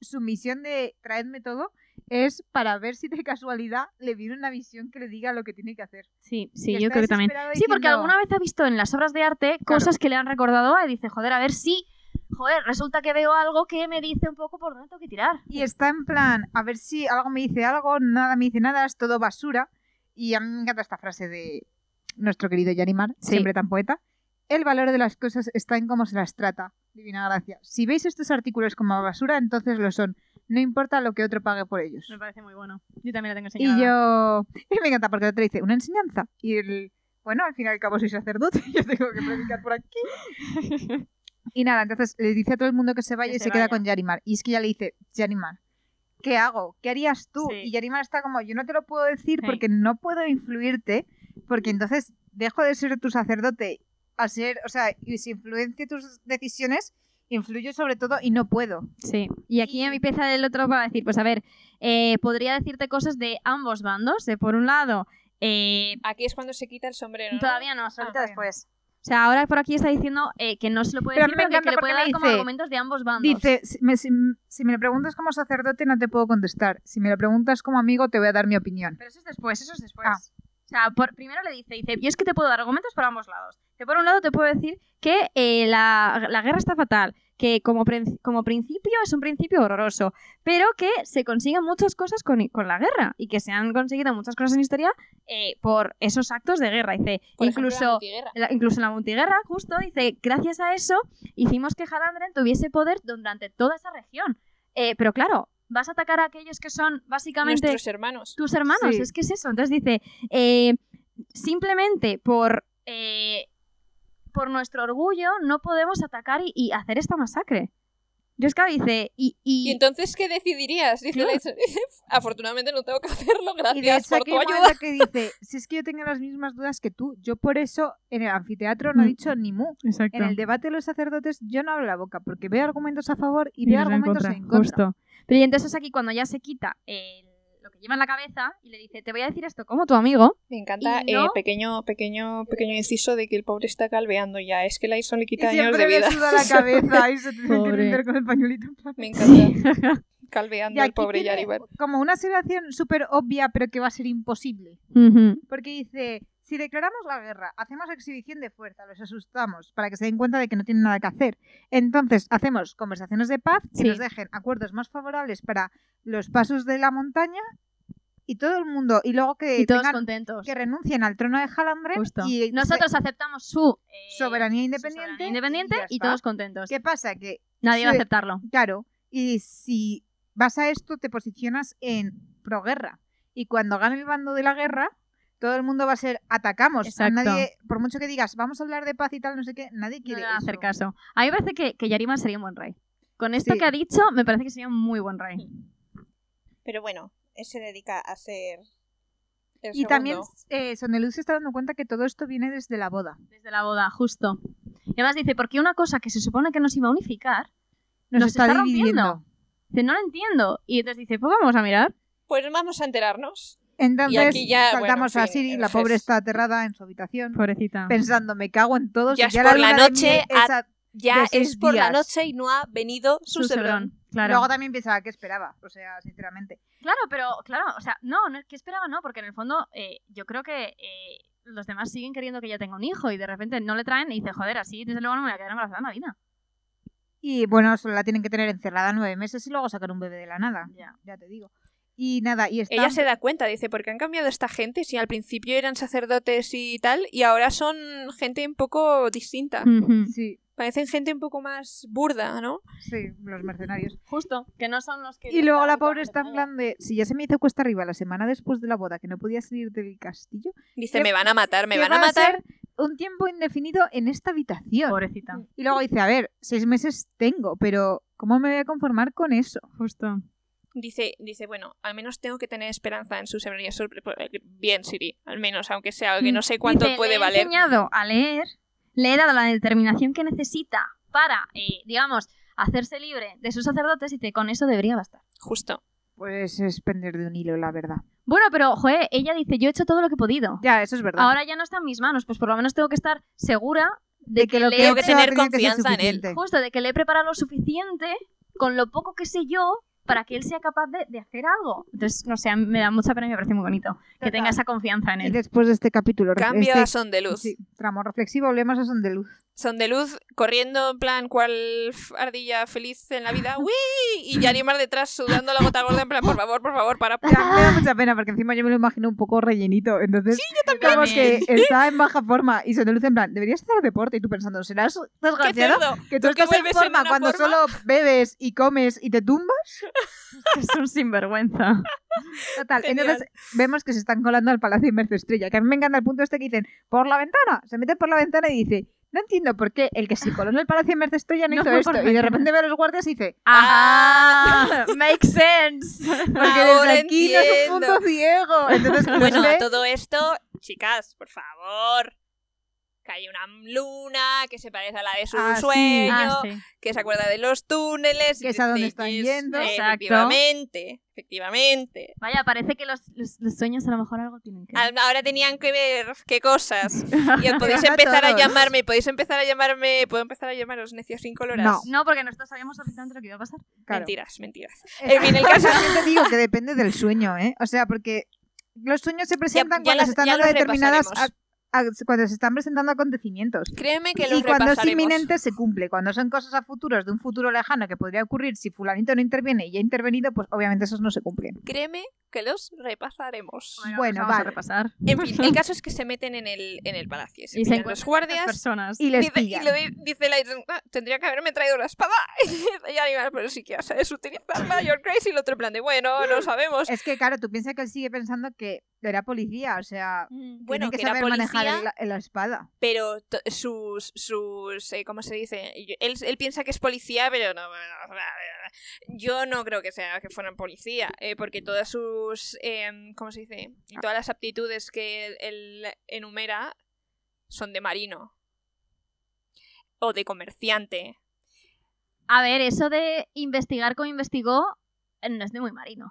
Speaker 2: su misión de traedme todo es para ver si de casualidad le viene una visión que le diga lo que tiene que hacer.
Speaker 3: Sí, sí,
Speaker 2: Y
Speaker 3: yo
Speaker 2: está
Speaker 3: creo que también.
Speaker 2: desesperado
Speaker 3: Sí, porque
Speaker 2: diciendo,
Speaker 3: alguna vez ha visto en las obras de arte cosas que le han recordado y dice, joder, a ver si, joder, resulta que veo algo que me dice un poco por dónde tengo que tirar.
Speaker 2: Y está en plan, a ver si algo me dice algo, nada me dice nada, es todo basura. Y a mí me encanta esta frase de nuestro querido Yanimar,
Speaker 3: Sí.
Speaker 2: siempre tan poeta. El valor de las cosas está en cómo se las trata. Divina gracia. Si veis estos artículos como basura, entonces lo son. No importa lo que otro pague por ellos.
Speaker 3: parece muy bueno. Yo también la tengo
Speaker 2: Y yo... Y me encanta porque el otro dice, una enseñanza. Y el... Bueno, al fin y al cabo soy sacerdote, yo tengo que predicar por aquí. Y nada, entonces le dice a todo el mundo que se vaya
Speaker 3: Que
Speaker 2: y
Speaker 3: se
Speaker 2: se, queda
Speaker 3: vaya.
Speaker 2: con Yarimar. Y es que ya le dice, Yarimar, ¿qué hago? ¿Qué harías tú?
Speaker 3: Sí.
Speaker 2: Y Yarimar está como, yo no te lo puedo decir
Speaker 3: Sí.
Speaker 2: porque no puedo influirte, porque entonces dejo de ser tu sacerdote a ser, o sea, y si influencio tus decisiones, influyo sobre todo y no puedo.
Speaker 3: Sí. Y aquí empieza el otro para decir, pues a ver, eh, podría decirte cosas de ambos bandos, de por un lado, eh,
Speaker 1: Aquí es cuando se quita el sombrero. ¿no?
Speaker 3: todavía no, se lo
Speaker 1: Ah,
Speaker 3: quita
Speaker 2: todavía no.
Speaker 3: después. O sea, ahora por aquí está diciendo eh, que no se lo puede
Speaker 2: Pero a
Speaker 3: decir,
Speaker 2: mí me
Speaker 3: pero que- que
Speaker 2: encanta
Speaker 3: le puede
Speaker 2: porque
Speaker 3: dar
Speaker 2: me
Speaker 3: como
Speaker 2: dice-
Speaker 3: argumentos de ambos bandos.
Speaker 2: Dice, si me, si- si me lo preguntas como sacerdote no te puedo contestar. Si me lo preguntas como amigo te voy a dar mi opinión.
Speaker 3: Pero eso es después, eso es después.
Speaker 2: Ah.
Speaker 3: O sea, por- primero le dice, dice, yo es que te puedo dar argumentos por ambos lados. Que por un lado te puedo decir que eh, la, la guerra está fatal, que como, prin- como principio es un principio horroroso, pero que se consiguen muchas cosas con, con la guerra y que se han conseguido muchas cosas en historia eh, por esos actos de guerra. Dice,
Speaker 1: Por ejemplo, la
Speaker 3: incluso...
Speaker 1: antiguerra.
Speaker 3: la- incluso en la multiguerra, justo dice, gracias a eso hicimos que Halandren tuviese poder durante toda esa región. Eh, pero claro, vas a atacar a aquellos que son básicamente
Speaker 1: Nuestros hermanos.
Speaker 3: tus hermanos,
Speaker 2: Sí.
Speaker 3: es que es eso. Entonces dice, eh, simplemente por, eh, por nuestro orgullo no podemos atacar y, y hacer esta masacre. Yo es que dice, y, y-
Speaker 1: ¿Y entonces qué decidirías? Dice
Speaker 3: Claro.
Speaker 1: Lightstrong. Afortunadamente no tengo que hacerlo, gracias
Speaker 2: Y de hecho
Speaker 1: por
Speaker 2: aquí
Speaker 1: tu
Speaker 2: hay
Speaker 1: ayuda.
Speaker 2: una cosa que dice, si es que yo tengo las mismas dudas que tú, yo por eso en el anfiteatro no he
Speaker 3: Mm.
Speaker 2: dicho ni mu.
Speaker 3: Exacto.
Speaker 2: En el debate de los sacerdotes yo no abro la boca porque veo argumentos a favor y veo argumentos en contra.
Speaker 3: Justo. Pero y entonces aquí cuando ya se quita el- lo que lleva en la cabeza y le dice, te voy a decir esto como tu amigo.
Speaker 1: Me encanta
Speaker 3: Y no-
Speaker 1: eh, pequeño, pequeño, pequeño inciso de que el pobre está calveando ya. Es que Lightson le
Speaker 2: Y
Speaker 1: quita años
Speaker 2: siempre
Speaker 1: de
Speaker 2: me
Speaker 1: vida.
Speaker 2: suda la cabeza y se tiene que
Speaker 3: Pobre.
Speaker 2: limpiar con el pañuelito. en plan-
Speaker 1: Me encanta. Calveando el
Speaker 2: aquí
Speaker 1: pobre
Speaker 2: tiene
Speaker 1: Yaribar.
Speaker 2: Como una situación súper obvia pero que va a ser imposible.
Speaker 3: Ujú.
Speaker 2: Porque dice, si declaramos la guerra, hacemos exhibición de fuerza, los asustamos para que se den cuenta de que no tienen nada que hacer. Entonces hacemos conversaciones de paz que
Speaker 3: Sí.
Speaker 2: nos dejen acuerdos más favorables para los pasos de la montaña y todo el mundo. Y luego que,
Speaker 3: Y todos
Speaker 2: tengan-
Speaker 3: contentos.
Speaker 2: que renuncien al trono de Halandren
Speaker 3: Justo.
Speaker 2: y
Speaker 3: Nosotros aceptamos su eh,
Speaker 2: se- soberanía
Speaker 3: su
Speaker 2: independiente.
Speaker 3: soberanía independiente
Speaker 2: y ya
Speaker 3: y,
Speaker 2: está.
Speaker 3: todos contentos.
Speaker 2: ¿Qué pasa? Que,
Speaker 3: Nadie va a
Speaker 2: Sí.
Speaker 3: aceptarlo.
Speaker 2: claro, y si vas a esto te posicionas en proguerra. Y cuando gane el bando de la guerra, todo el mundo va a ser atacamos. A
Speaker 3: Exacto.
Speaker 2: nadie, por mucho que digas, vamos a hablar de paz y tal, no sé qué, nadie
Speaker 3: no
Speaker 2: quiere
Speaker 3: le van a hacer
Speaker 2: eso.
Speaker 3: caso. A mí me parece que, que Yarima sería un buen rey. Con esto
Speaker 2: Sí.
Speaker 3: que ha dicho, me parece que sería un muy buen rey.
Speaker 1: Pero bueno, él se dedica a ser. el
Speaker 2: Y también
Speaker 1: segundo.
Speaker 2: eh, Soneluz se está dando cuenta que todo esto viene desde la boda.
Speaker 3: Desde la boda, justo. Y además dice, porque una cosa que se supone que nos iba a unificar,
Speaker 2: Nos,
Speaker 3: Nos
Speaker 2: está,
Speaker 3: está
Speaker 2: dividiendo.
Speaker 3: rompiendo. dice, no lo entiendo. Y entonces dice, pues vamos a mirar.
Speaker 1: Pues vamos a enterarnos. Y
Speaker 2: Entonces
Speaker 1: aquí ya, bueno,
Speaker 2: saltamos
Speaker 1: en
Speaker 2: a
Speaker 1: fin,
Speaker 2: Siri, la
Speaker 1: entonces-
Speaker 2: pobre está aterrada en su habitación,
Speaker 3: Pobrecita.
Speaker 2: pensando, me cago en todos.
Speaker 1: Ya
Speaker 2: y
Speaker 1: es por la
Speaker 2: luna de
Speaker 1: noche,
Speaker 2: miel
Speaker 1: a-
Speaker 2: es a-
Speaker 1: Ya
Speaker 2: De seis
Speaker 1: es por la
Speaker 2: días.
Speaker 1: noche y no ha venido su,
Speaker 3: Su
Speaker 1: cebrón.
Speaker 3: cebrón, Claro.
Speaker 2: Luego también pensaba que esperaba, o sea, sinceramente.
Speaker 3: Claro, pero, claro, o sea, no, no es que esperaba, no, porque en el fondo eh, yo creo que eh, los demás siguen queriendo que ella tenga un hijo y de repente no le traen y dice, joder, así desde luego no me voy a quedar embarazada en la vida.
Speaker 2: Y bueno, solo la tienen que tener encerrada nueve meses y luego sacar un bebé de la nada, ya te digo. Y nada, y está...
Speaker 1: Ella se da cuenta, dice, porque han cambiado esta gente si al principio eran sacerdotes y tal, y ahora son gente un poco distinta.
Speaker 2: Mm.
Speaker 3: Ujú.
Speaker 2: Sí,
Speaker 1: Parecen gente un poco más burda, ¿no?
Speaker 2: sí, los mercenarios.
Speaker 3: Justo, que no son los que...
Speaker 2: Y luego la
Speaker 3: estaban
Speaker 2: pobre
Speaker 3: con
Speaker 2: está en
Speaker 3: Fernanda.
Speaker 2: plan de... Si ya se me hizo cuesta arriba la semana después de la boda, que no podía salir del castillo,
Speaker 1: Dice,
Speaker 2: Que-
Speaker 1: me van a matar, me
Speaker 2: que
Speaker 1: van a
Speaker 2: va
Speaker 1: matar.
Speaker 2: ser un tiempo indefinido en esta habitación.
Speaker 3: Pobrecita.
Speaker 2: Y luego dice, a ver, seis meses tengo, pero ¿cómo me voy a conformar con eso?
Speaker 3: Justo.
Speaker 1: Dice, dice, bueno, al menos tengo que tener esperanza en su sabiduría. Sobre- Bien, Siri, al menos, aunque sea,
Speaker 2: Mm.
Speaker 1: que no sé cuánto
Speaker 3: Dice,
Speaker 1: puede
Speaker 3: Mm, le He
Speaker 1: valer.
Speaker 3: enseñado a leer, le he dado la determinación que necesita para, eh, digamos, hacerse libre de sus sacerdotes y te, con eso debería bastar.
Speaker 1: Justo.
Speaker 2: Pues es pender de un hilo, la verdad.
Speaker 3: Bueno, pero, joe, ella dice, yo he hecho todo lo que he podido.
Speaker 2: Ya, eso es verdad.
Speaker 3: Ahora ya no está en mis manos, pues por lo menos tengo que estar segura de,
Speaker 2: de que lo
Speaker 3: le
Speaker 2: que
Speaker 3: he
Speaker 2: he
Speaker 1: Tengo que
Speaker 2: hecho
Speaker 1: tener
Speaker 2: ha tenido ser
Speaker 1: confianza en él.
Speaker 2: suficiente.
Speaker 3: Justo, de que le he preparado lo suficiente con lo poco que sé yo para que él sea capaz de, de hacer algo. Entonces, no sé, a mí me da mucha pena y me parece muy bonito que
Speaker 2: Total.
Speaker 3: tenga esa confianza en
Speaker 2: Y
Speaker 3: él.
Speaker 2: después de este capítulo...
Speaker 1: Cambio
Speaker 2: este-
Speaker 1: a son de luz.
Speaker 2: Sí, tramo reflexivo, hablemos a son de luz.
Speaker 1: Son de luz corriendo en plan cual f- ardilla feliz en la vida. ¡Uy! Y Yarimar detrás sudando la gota gorda en plan, por favor, por favor, para.
Speaker 2: Ya, me da mucha pena porque encima yo me lo imagino un poco rellenito. Entonces, como que
Speaker 3: También.
Speaker 2: está en baja forma y se te luce en plan, deberías hacer deporte. Y tú pensando, serás
Speaker 1: ¡Qué
Speaker 2: desgraciado
Speaker 1: cerdo!
Speaker 2: que tú
Speaker 1: ¿Tú que
Speaker 2: estás en
Speaker 1: vuelves en
Speaker 2: forma
Speaker 1: una
Speaker 2: cuando
Speaker 1: forma?
Speaker 2: solo bebes y comes y te tumbas.
Speaker 3: Es un sinvergüenza.
Speaker 2: Total.
Speaker 1: Genial.
Speaker 2: Entonces, vemos que se están colando al Palacio Inmerso Estrella. Que a mí me encanta el punto este que dicen, por la ventana. Se mete por la ventana y dice, no entiendo por qué el que se coló en el Palacio Inmerso Estrella no,
Speaker 3: No
Speaker 2: hizo
Speaker 3: fue
Speaker 2: esto.
Speaker 3: por la
Speaker 2: Y de
Speaker 3: ventana.
Speaker 2: repente ve a los guardias y dice,
Speaker 3: ¡Ah! ¡Make sense!
Speaker 2: porque
Speaker 1: Ahora
Speaker 2: desde aquí no es un
Speaker 1: entiendo".
Speaker 2: punto ciego. Entonces, los
Speaker 1: Bueno,
Speaker 2: ve
Speaker 1: a todo esto, chicas, por favor. Que hay una luna que se parece a la de su
Speaker 2: Ah, sí.
Speaker 1: sueño,
Speaker 3: Ah, sí.
Speaker 1: que se acuerda de los túneles.
Speaker 2: Que es a donde están
Speaker 1: y es-
Speaker 2: yendo.
Speaker 3: Exacto.
Speaker 1: Efectivamente, efectivamente.
Speaker 3: Vaya, parece que los, los- los sueños a lo mejor algo tienen que ver.
Speaker 1: Al- Ahora tenían que ver qué cosas. Y os podéis
Speaker 2: Pasa a
Speaker 1: empezar a
Speaker 2: todos.
Speaker 1: llamarme, podéis empezar a llamarme, puedo empezar a llamaros necios sin coloras.
Speaker 2: No.
Speaker 3: No, porque nosotros sabíamos perfectamente lo que iba a pasar.
Speaker 2: Claro. Eh,
Speaker 1: Mentiras, mentiras. En fin, el caso-
Speaker 2: También te digo que depende del sueño, ¿eh? O sea, porque los sueños se
Speaker 1: ya
Speaker 2: presentan cuando
Speaker 1: las-
Speaker 2: se están
Speaker 1: ya
Speaker 2: dando
Speaker 1: los
Speaker 2: determinadas.
Speaker 1: repasaremos.
Speaker 2: a- a- cuando se están presentando acontecimientos.
Speaker 1: Créeme que los
Speaker 2: Y cuando es
Speaker 1: repasaremos.
Speaker 2: inminente se cumple. Cuando son cosas a futuros de un futuro lejano que podría ocurrir si Fulanito no interviene y ya ha intervenido, pues obviamente esos no se cumplen.
Speaker 1: Créeme que los repasaremos.
Speaker 2: Bueno, Bueno,
Speaker 3: vamos a
Speaker 2: vale.
Speaker 3: repasar.
Speaker 1: En fin, el caso es que se meten en el, en el palacio. Se
Speaker 3: Y se
Speaker 1: pillan los
Speaker 3: encuentran
Speaker 1: guardias.
Speaker 3: personas.
Speaker 2: Y les
Speaker 1: dice, y
Speaker 2: pillan.
Speaker 1: le di- dice la ah, tendría que haberme traído la espada. y ya digo, pero sí que sabes utilizarla, you're crazy. Y el otro en plan de, bueno, no sabemos.
Speaker 2: Es que, claro, tú piensas que él sigue pensando que era policía, o sea,
Speaker 3: Mm.
Speaker 1: Bueno,
Speaker 2: tiene que,
Speaker 1: que, era
Speaker 2: saber manejar
Speaker 1: policía,
Speaker 2: la, la espada.
Speaker 1: pero to- sus, sus eh, ¿cómo se dice? Yo- Él, él piensa que es policía, pero no. Yo no creo que sea que fueran policía, eh, porque todas sus, eh, ¿cómo se dice? Y todas las aptitudes que él, él enumera son de marino o de comerciante.
Speaker 3: A ver, eso de investigar como investigó eh, no es de muy marino.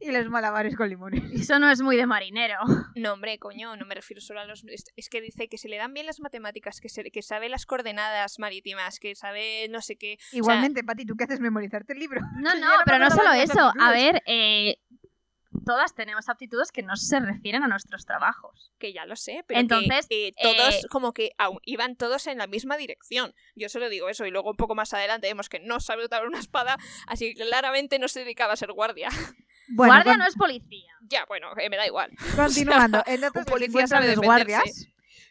Speaker 2: Y los malabares con limones.
Speaker 3: Eso no es muy de marinero.
Speaker 1: No, hombre, coño, no me refiero solo a los... Es, es que dice que se le dan bien las matemáticas, que, se- que sabe las coordenadas marítimas, que sabe no sé qué...
Speaker 2: Igualmente, Pati, ¿tú qué haces? Memorizarte el libro.
Speaker 3: No,
Speaker 2: Sí,
Speaker 3: no,
Speaker 2: yo no
Speaker 3: pero
Speaker 2: me
Speaker 3: no
Speaker 2: acordaba
Speaker 3: solo
Speaker 2: de las
Speaker 3: eso. A
Speaker 2: aptitudes.
Speaker 3: ver, eh, todas tenemos aptitudes que no se refieren a nuestros trabajos.
Speaker 1: Que ya lo sé, pero
Speaker 3: Entonces,
Speaker 1: que, eh, todos
Speaker 3: eh,
Speaker 1: como que aún iban todos en la misma dirección. Yo solo digo eso y luego un poco más adelante vemos que no sabe usar una espada, así que claramente no se dedicaba a ser guardia.
Speaker 2: Bueno,
Speaker 3: Guardia
Speaker 2: con-
Speaker 3: no es policía.
Speaker 1: ya, bueno, eh, me da igual.
Speaker 2: Continuando, entonces
Speaker 1: un policía
Speaker 2: policía
Speaker 1: sabe
Speaker 2: los
Speaker 1: defenderse.
Speaker 2: guardias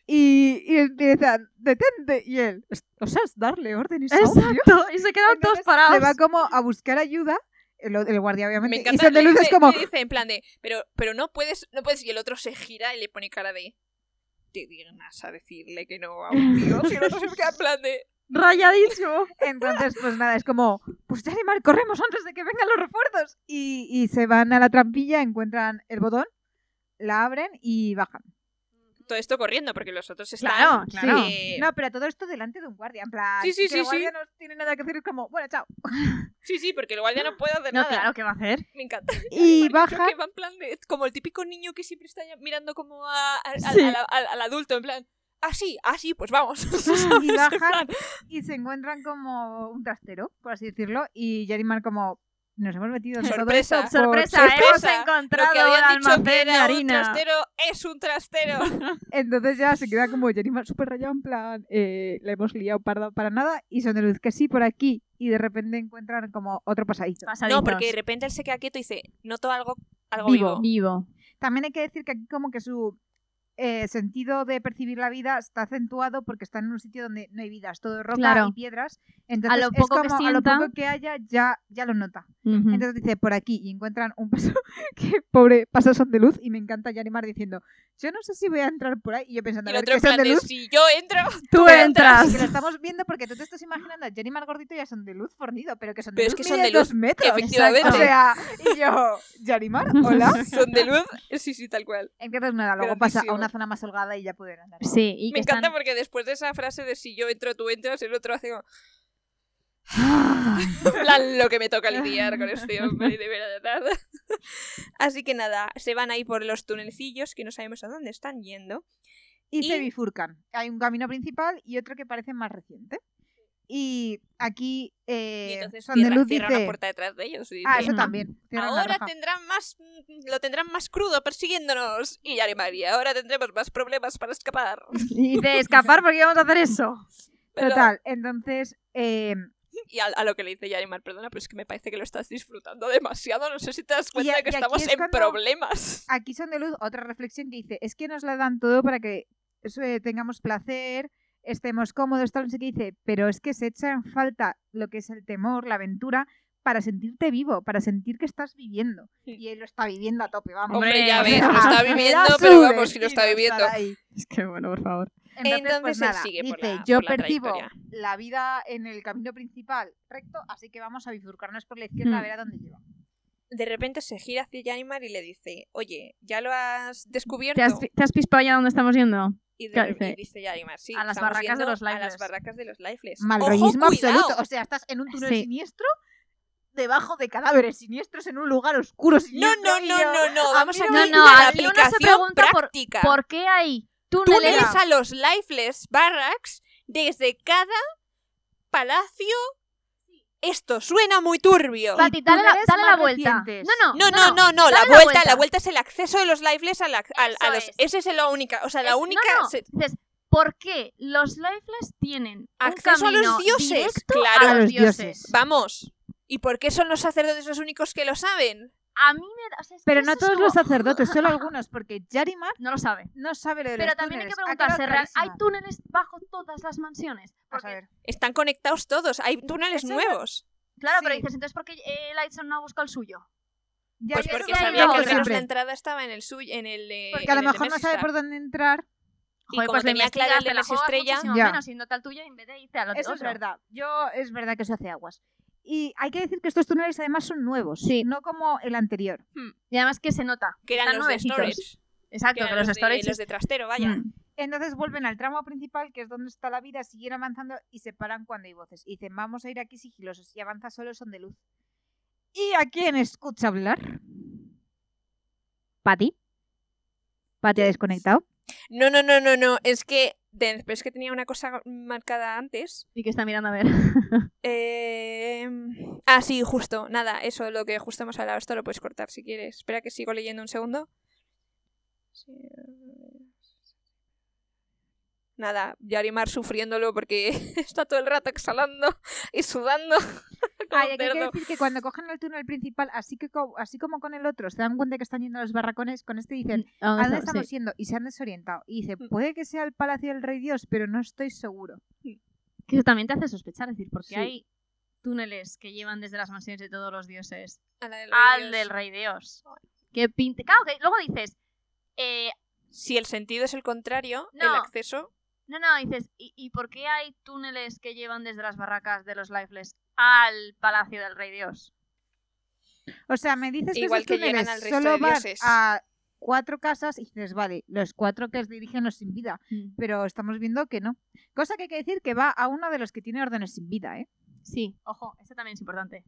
Speaker 2: y, y empiezan, detente, y él, o sea, darle órdenes a un tío?".
Speaker 3: y se quedaron todos
Speaker 2: Entonces,
Speaker 3: parados.
Speaker 2: Se va como a buscar ayuda, el, el guardia
Speaker 1: Me
Speaker 2: obviamente, y
Speaker 1: encanta.
Speaker 2: se le
Speaker 1: le
Speaker 2: luces
Speaker 1: dice,
Speaker 2: como,
Speaker 1: le dice en plan de, pero, pero no puedes, no puedes. Y el otro se gira y le pone cara de, te dignas a decirle que no a un tío. Y el otro se queda en plan de,
Speaker 3: Rayadísimo.
Speaker 2: entonces pues nada, es como, pues ya animar, corremos antes de que vengan los refuerzos. Y, y se van a la trampilla, encuentran el botón, la abren y bajan.
Speaker 1: todo esto corriendo porque los otros están
Speaker 3: Claro, claro.
Speaker 1: eh,
Speaker 2: No, pero todo esto delante de un guardia, en plan,
Speaker 1: Sí, sí,
Speaker 2: que
Speaker 1: sí,
Speaker 2: el guardia
Speaker 1: sí.
Speaker 2: no tiene nada que hacer, es como, bueno, chao.
Speaker 1: sí sí porque el guardia no puede hacer
Speaker 3: No,
Speaker 1: nada
Speaker 3: claro, ¿qué va a hacer?
Speaker 1: me encanta
Speaker 2: Y
Speaker 1: Ay, Mario,
Speaker 2: baja-
Speaker 1: que va en plan de- como el típico niño que siempre está mirando como a- a- al-
Speaker 3: Sí.
Speaker 1: al, al- al adulto en plan así así pues vamos
Speaker 3: Ah,
Speaker 2: Y
Speaker 1: En
Speaker 2: bajan
Speaker 1: plan,
Speaker 2: y se encuentran como un trastero, por así decirlo, y Yarimar como, nos hemos metido en
Speaker 1: Sorpresa.
Speaker 2: todo esto por-
Speaker 3: Sorpresa, hemos
Speaker 1: sorpresa,
Speaker 3: encontrado
Speaker 1: Lo que
Speaker 3: el
Speaker 1: habían dicho
Speaker 3: almacén
Speaker 1: que
Speaker 3: de
Speaker 1: era un
Speaker 3: harina.
Speaker 1: trastero es un trastero.
Speaker 2: Entonces ya se queda como Jennifer súper rayada en plan, eh, la hemos liado parda para nada y son de luz que sí por aquí y de repente encuentran como otro pasadizo.
Speaker 1: no,
Speaker 3: Pasadizos.
Speaker 1: porque de repente él se queda quieto y dice, noto algo, algo vivo.
Speaker 3: Vivo.
Speaker 2: También hay que decir que aquí como que su eh, sentido de percibir la vida está acentuado porque está en un sitio donde no hay vida, es todo roca
Speaker 3: Claro.
Speaker 2: y piedras. Entonces
Speaker 3: lo
Speaker 2: es
Speaker 3: poco que
Speaker 2: como a lo
Speaker 3: sienta-
Speaker 2: poco que haya ya, ya lo nota.
Speaker 3: Ujú.
Speaker 2: Entonces dice por aquí y encuentran un paso que pobre paso son de luz y me encanta ya animar diciendo yo no sé si voy a entrar por ahí y yo pensando
Speaker 1: Y
Speaker 2: a
Speaker 1: el
Speaker 2: ver
Speaker 1: otro
Speaker 2: qué
Speaker 1: en
Speaker 2: son
Speaker 1: plan
Speaker 2: de
Speaker 1: de,
Speaker 2: luz
Speaker 1: si yo entro,
Speaker 3: Tú
Speaker 2: Así que
Speaker 3: entras.
Speaker 2: lo estamos viendo porque tú te estás imaginando a Jenny Gordito y a Son de Luz fornido, pero que Son de
Speaker 1: Pero es
Speaker 2: Luz
Speaker 1: que Son
Speaker 2: mide
Speaker 1: de Luz,
Speaker 2: dos metros.
Speaker 1: efectivamente.
Speaker 2: O sea, y yo, Yarimar, hola.
Speaker 1: son de luz. Sí, sí, tal cual.
Speaker 2: Entonces nada, luego
Speaker 1: Grandísimo.
Speaker 2: pasa a una zona más holgada y ya pueden andar.
Speaker 3: Sí, y
Speaker 1: Me
Speaker 3: que
Speaker 1: encanta
Speaker 3: están...
Speaker 1: porque después de esa frase de si yo entro, tú entras, el otro hace como, en plan, lo que me toca lidiar con este hombre, de verdad. Así que nada, se van ahí por los tunelcillos que no sabemos a dónde están yendo.
Speaker 2: Y, se
Speaker 1: Y-
Speaker 2: bifurcan. Hay un camino principal y otro que parece más reciente. Y aquí
Speaker 1: Y
Speaker 2: eh,
Speaker 1: entonces
Speaker 2: Son
Speaker 1: cierra,
Speaker 2: de Luz
Speaker 1: cierra
Speaker 2: dice...
Speaker 1: una puerta detrás de ellos. y
Speaker 2: Ah,
Speaker 1: dice,
Speaker 2: eso
Speaker 3: Mm.
Speaker 2: también. cierran la
Speaker 1: ahora
Speaker 2: reja.
Speaker 1: tendrán más, lo tendrán más crudo persiguiéndonos. Y ya María, ahora tendremos más problemas para escapar.
Speaker 3: Y de escapar porque íbamos a hacer eso.
Speaker 1: Pero-
Speaker 2: Total, entonces... eh,
Speaker 1: Y a, a lo que le dice Yarimar, perdona, pero es que me parece que lo estás disfrutando demasiado. No sé si te das cuenta
Speaker 2: a-
Speaker 1: de que
Speaker 2: y aquí
Speaker 1: estamos
Speaker 2: es
Speaker 1: en
Speaker 2: cuando- Ah,
Speaker 1: problemas.
Speaker 2: aquí son de luz otra reflexión que dice, es que nos la dan todo para que eso, eh, tengamos placer, estemos cómodos, tal, no sé qué dice, pero es que se echa en falta lo que es el temor, la aventura, para sentirte vivo, para sentir que estás viviendo.
Speaker 1: Sí.
Speaker 2: Y él lo está viviendo a tope, vamos.
Speaker 1: Hombre,
Speaker 3: Hombre,
Speaker 1: ya
Speaker 3: o
Speaker 1: ves,
Speaker 3: sea,
Speaker 1: lo está
Speaker 2: Era
Speaker 1: viviendo,
Speaker 2: su
Speaker 1: pero vamos, si lo
Speaker 2: destino
Speaker 1: está viviendo.
Speaker 2: estar ahí.
Speaker 3: Es que bueno, por favor.
Speaker 2: Entonces, pues
Speaker 1: Entonces, él
Speaker 2: nada,
Speaker 1: sigue por
Speaker 2: dice,
Speaker 1: la-
Speaker 2: yo
Speaker 1: por la
Speaker 2: percibo
Speaker 1: trayectoria".
Speaker 2: la vida en el camino principal recto, así que vamos a bifurcarnos por la izquierda a
Speaker 3: Hmm.
Speaker 2: ver a dónde lleva.
Speaker 1: De repente se gira hacia Yanimar y le dice, oye, ¿ya lo has descubierto?
Speaker 3: ¿Te has, pi- te has pispado ya dónde estamos yendo?
Speaker 1: Y, de-
Speaker 3: Claro,
Speaker 1: y
Speaker 3: sí.
Speaker 1: dice Yanimar, sí,
Speaker 3: A las
Speaker 1: estamos
Speaker 3: barracas de
Speaker 1: yendo
Speaker 3: los
Speaker 1: A las
Speaker 3: lifeless.
Speaker 1: barracas de los lifeless. ¡Ojo,
Speaker 2: Malrollismo
Speaker 1: cuidado!
Speaker 2: absoluto. O sea, estás en un túnel
Speaker 3: Sí.
Speaker 2: siniestro, debajo de cadáveres siniestros, en un lugar oscuro
Speaker 1: No,
Speaker 2: siniestro.
Speaker 1: no,
Speaker 2: y
Speaker 1: no,
Speaker 2: yo-
Speaker 1: no, no,
Speaker 2: a
Speaker 1: vamos
Speaker 2: mí
Speaker 1: a
Speaker 2: no
Speaker 3: me-
Speaker 1: ver
Speaker 3: No, no,
Speaker 1: la
Speaker 3: aquí uno se
Speaker 1: aplicación
Speaker 3: pregunta por-
Speaker 1: práctica.
Speaker 3: ¿Por qué hay túneles?
Speaker 1: túneles a los lifeless barracks desde cada palacio. Esto suena muy turbio.
Speaker 2: Va-
Speaker 3: Pati, dale la,
Speaker 2: túneles
Speaker 3: dale la
Speaker 2: más
Speaker 3: vuelta.
Speaker 2: recientes.
Speaker 3: No,
Speaker 1: No, no, no, no, la
Speaker 3: dale
Speaker 1: vuelta, la vuelta es el acceso de los lifeless a, la, a, a
Speaker 3: Eso
Speaker 1: los...
Speaker 3: es.
Speaker 1: Ese es la única, o sea, la
Speaker 3: Es- no,
Speaker 1: única...
Speaker 3: no,
Speaker 1: se-
Speaker 3: dices, ¿por qué los lifeless tienen
Speaker 1: Acceso a
Speaker 3: un
Speaker 1: los
Speaker 3: camino
Speaker 1: dioses,
Speaker 3: directo
Speaker 1: claro.
Speaker 3: a
Speaker 2: A
Speaker 3: los,
Speaker 2: los
Speaker 3: dioses?
Speaker 2: dioses.
Speaker 1: Vamos. ¿Y por qué son los sacerdotes los únicos que lo saben?
Speaker 3: A mí me da- o sea, es que
Speaker 2: Pero
Speaker 3: eso
Speaker 2: no
Speaker 3: es
Speaker 2: todos
Speaker 3: como-
Speaker 2: los sacerdotes, solo algunos, porque Yarimar
Speaker 3: No lo sabe.
Speaker 2: no sabe lo de
Speaker 3: Pero
Speaker 2: los
Speaker 3: también hay que
Speaker 2: túneles, ha
Speaker 3: preguntarse,
Speaker 2: quedado
Speaker 3: ¿real- ¿hay
Speaker 2: clarísimo.
Speaker 3: túneles bajo todas las mansiones?
Speaker 2: Vamos
Speaker 3: Porque,
Speaker 2: a ver.
Speaker 1: Están conectados todos, hay túneles
Speaker 2: Eso no-
Speaker 1: nuevos.
Speaker 3: Claro, pero
Speaker 2: Sí.
Speaker 3: dices, entonces ¿por qué eh, Lightson no ha buscado el suyo?
Speaker 2: Ya
Speaker 1: Pues
Speaker 2: yo
Speaker 1: porque
Speaker 2: creo que
Speaker 1: sabía
Speaker 2: hay
Speaker 1: que
Speaker 2: algo
Speaker 1: al menos
Speaker 2: siempre.
Speaker 1: la entrada estaba en el suyo, en el... eh,
Speaker 3: Porque
Speaker 2: Que a lo
Speaker 1: en el
Speaker 2: mejor no
Speaker 1: Nemesis
Speaker 2: sabe
Speaker 1: Star.
Speaker 2: por dónde
Speaker 1: Y
Speaker 2: entrar.
Speaker 3: Joder, pues
Speaker 1: como
Speaker 3: lo
Speaker 1: tenía
Speaker 3: investigas,
Speaker 1: claro el
Speaker 3: te la
Speaker 1: Nemesis
Speaker 3: juegas
Speaker 1: estrella-
Speaker 3: muchísimo
Speaker 2: Ya.
Speaker 3: menos yéndote al tuyo en vez de irte al otro.
Speaker 2: Eso es verdad. Yo es verdad que se hace aguas. Y hay que decir que estos túneles además son nuevos,
Speaker 3: Sí.
Speaker 2: no como el anterior.
Speaker 3: Y además que se nota.
Speaker 1: que eran
Speaker 3: están
Speaker 1: los de
Speaker 3: nuevecitos.
Speaker 1: storage. Hmm. Que
Speaker 3: Exacto,
Speaker 1: eran
Speaker 3: que
Speaker 1: los
Speaker 3: los
Speaker 1: de,
Speaker 3: storage.
Speaker 1: los de trastero, vaya.
Speaker 3: Mm.
Speaker 2: Entonces vuelven al tramo principal, que es donde está la vida, siguen avanzando y se paran cuando hay voces. Y dicen, vamos a ir aquí sigilosos. Y avanza solo son de luz. ¿Y a quién escucha hablar? Pati. Pati ha desconectado.
Speaker 1: No, no, no, no, no. Es que, de- pero es que tenía una cosa marcada antes.
Speaker 3: Y que está mirando a ver.
Speaker 1: Eh, Ah, sí, justo. Nada, eso es lo que justo hemos hablado. Esto lo puedes cortar si quieres. Espera que sigo leyendo un segundo. Sí, eh. Nada, Yarimar sufriéndolo porque está todo el rato exhalando y sudando. como
Speaker 2: Ay,
Speaker 1: un
Speaker 2: aquí hay que
Speaker 1: cerdo.
Speaker 2: decir que cuando cogen el túnel principal, así, que co- así como con el otro, se dan cuenta que están yendo a los barracones, con este dicen, ¿a dónde estamos yendo? Y se han desorientado. Y dice,
Speaker 3: Mm.
Speaker 2: puede que sea el Palacio del Rey Dios, pero no estoy seguro.
Speaker 3: Que eso también te hace sospechar, es decir, porque
Speaker 2: Sí.
Speaker 3: hay túneles que llevan desde las mansiones de todos los dioses
Speaker 1: A la del
Speaker 3: al
Speaker 1: Dios.
Speaker 3: del rey dios. Que pinte... Claro, que luego dices... eh,
Speaker 1: Si el sentido es el contrario, el
Speaker 3: No.
Speaker 1: acceso.
Speaker 3: no, no, dices, ¿y, y por qué hay túneles que llevan desde las barracas de los lifeless al palacio del rey dios?
Speaker 2: O sea, me dices que
Speaker 1: Igual
Speaker 2: esos
Speaker 1: que llegan
Speaker 2: túneles
Speaker 1: al resto
Speaker 2: solo
Speaker 1: de
Speaker 2: van
Speaker 1: dioses.
Speaker 2: a cuatro casas y dices, vale, los cuatro que os dirigen los sin vida, pero estamos viendo que no. Cosa que hay que decir que va a uno de los que tiene órdenes sin vida, ¿eh?
Speaker 3: Sí, ojo, esto también es importante.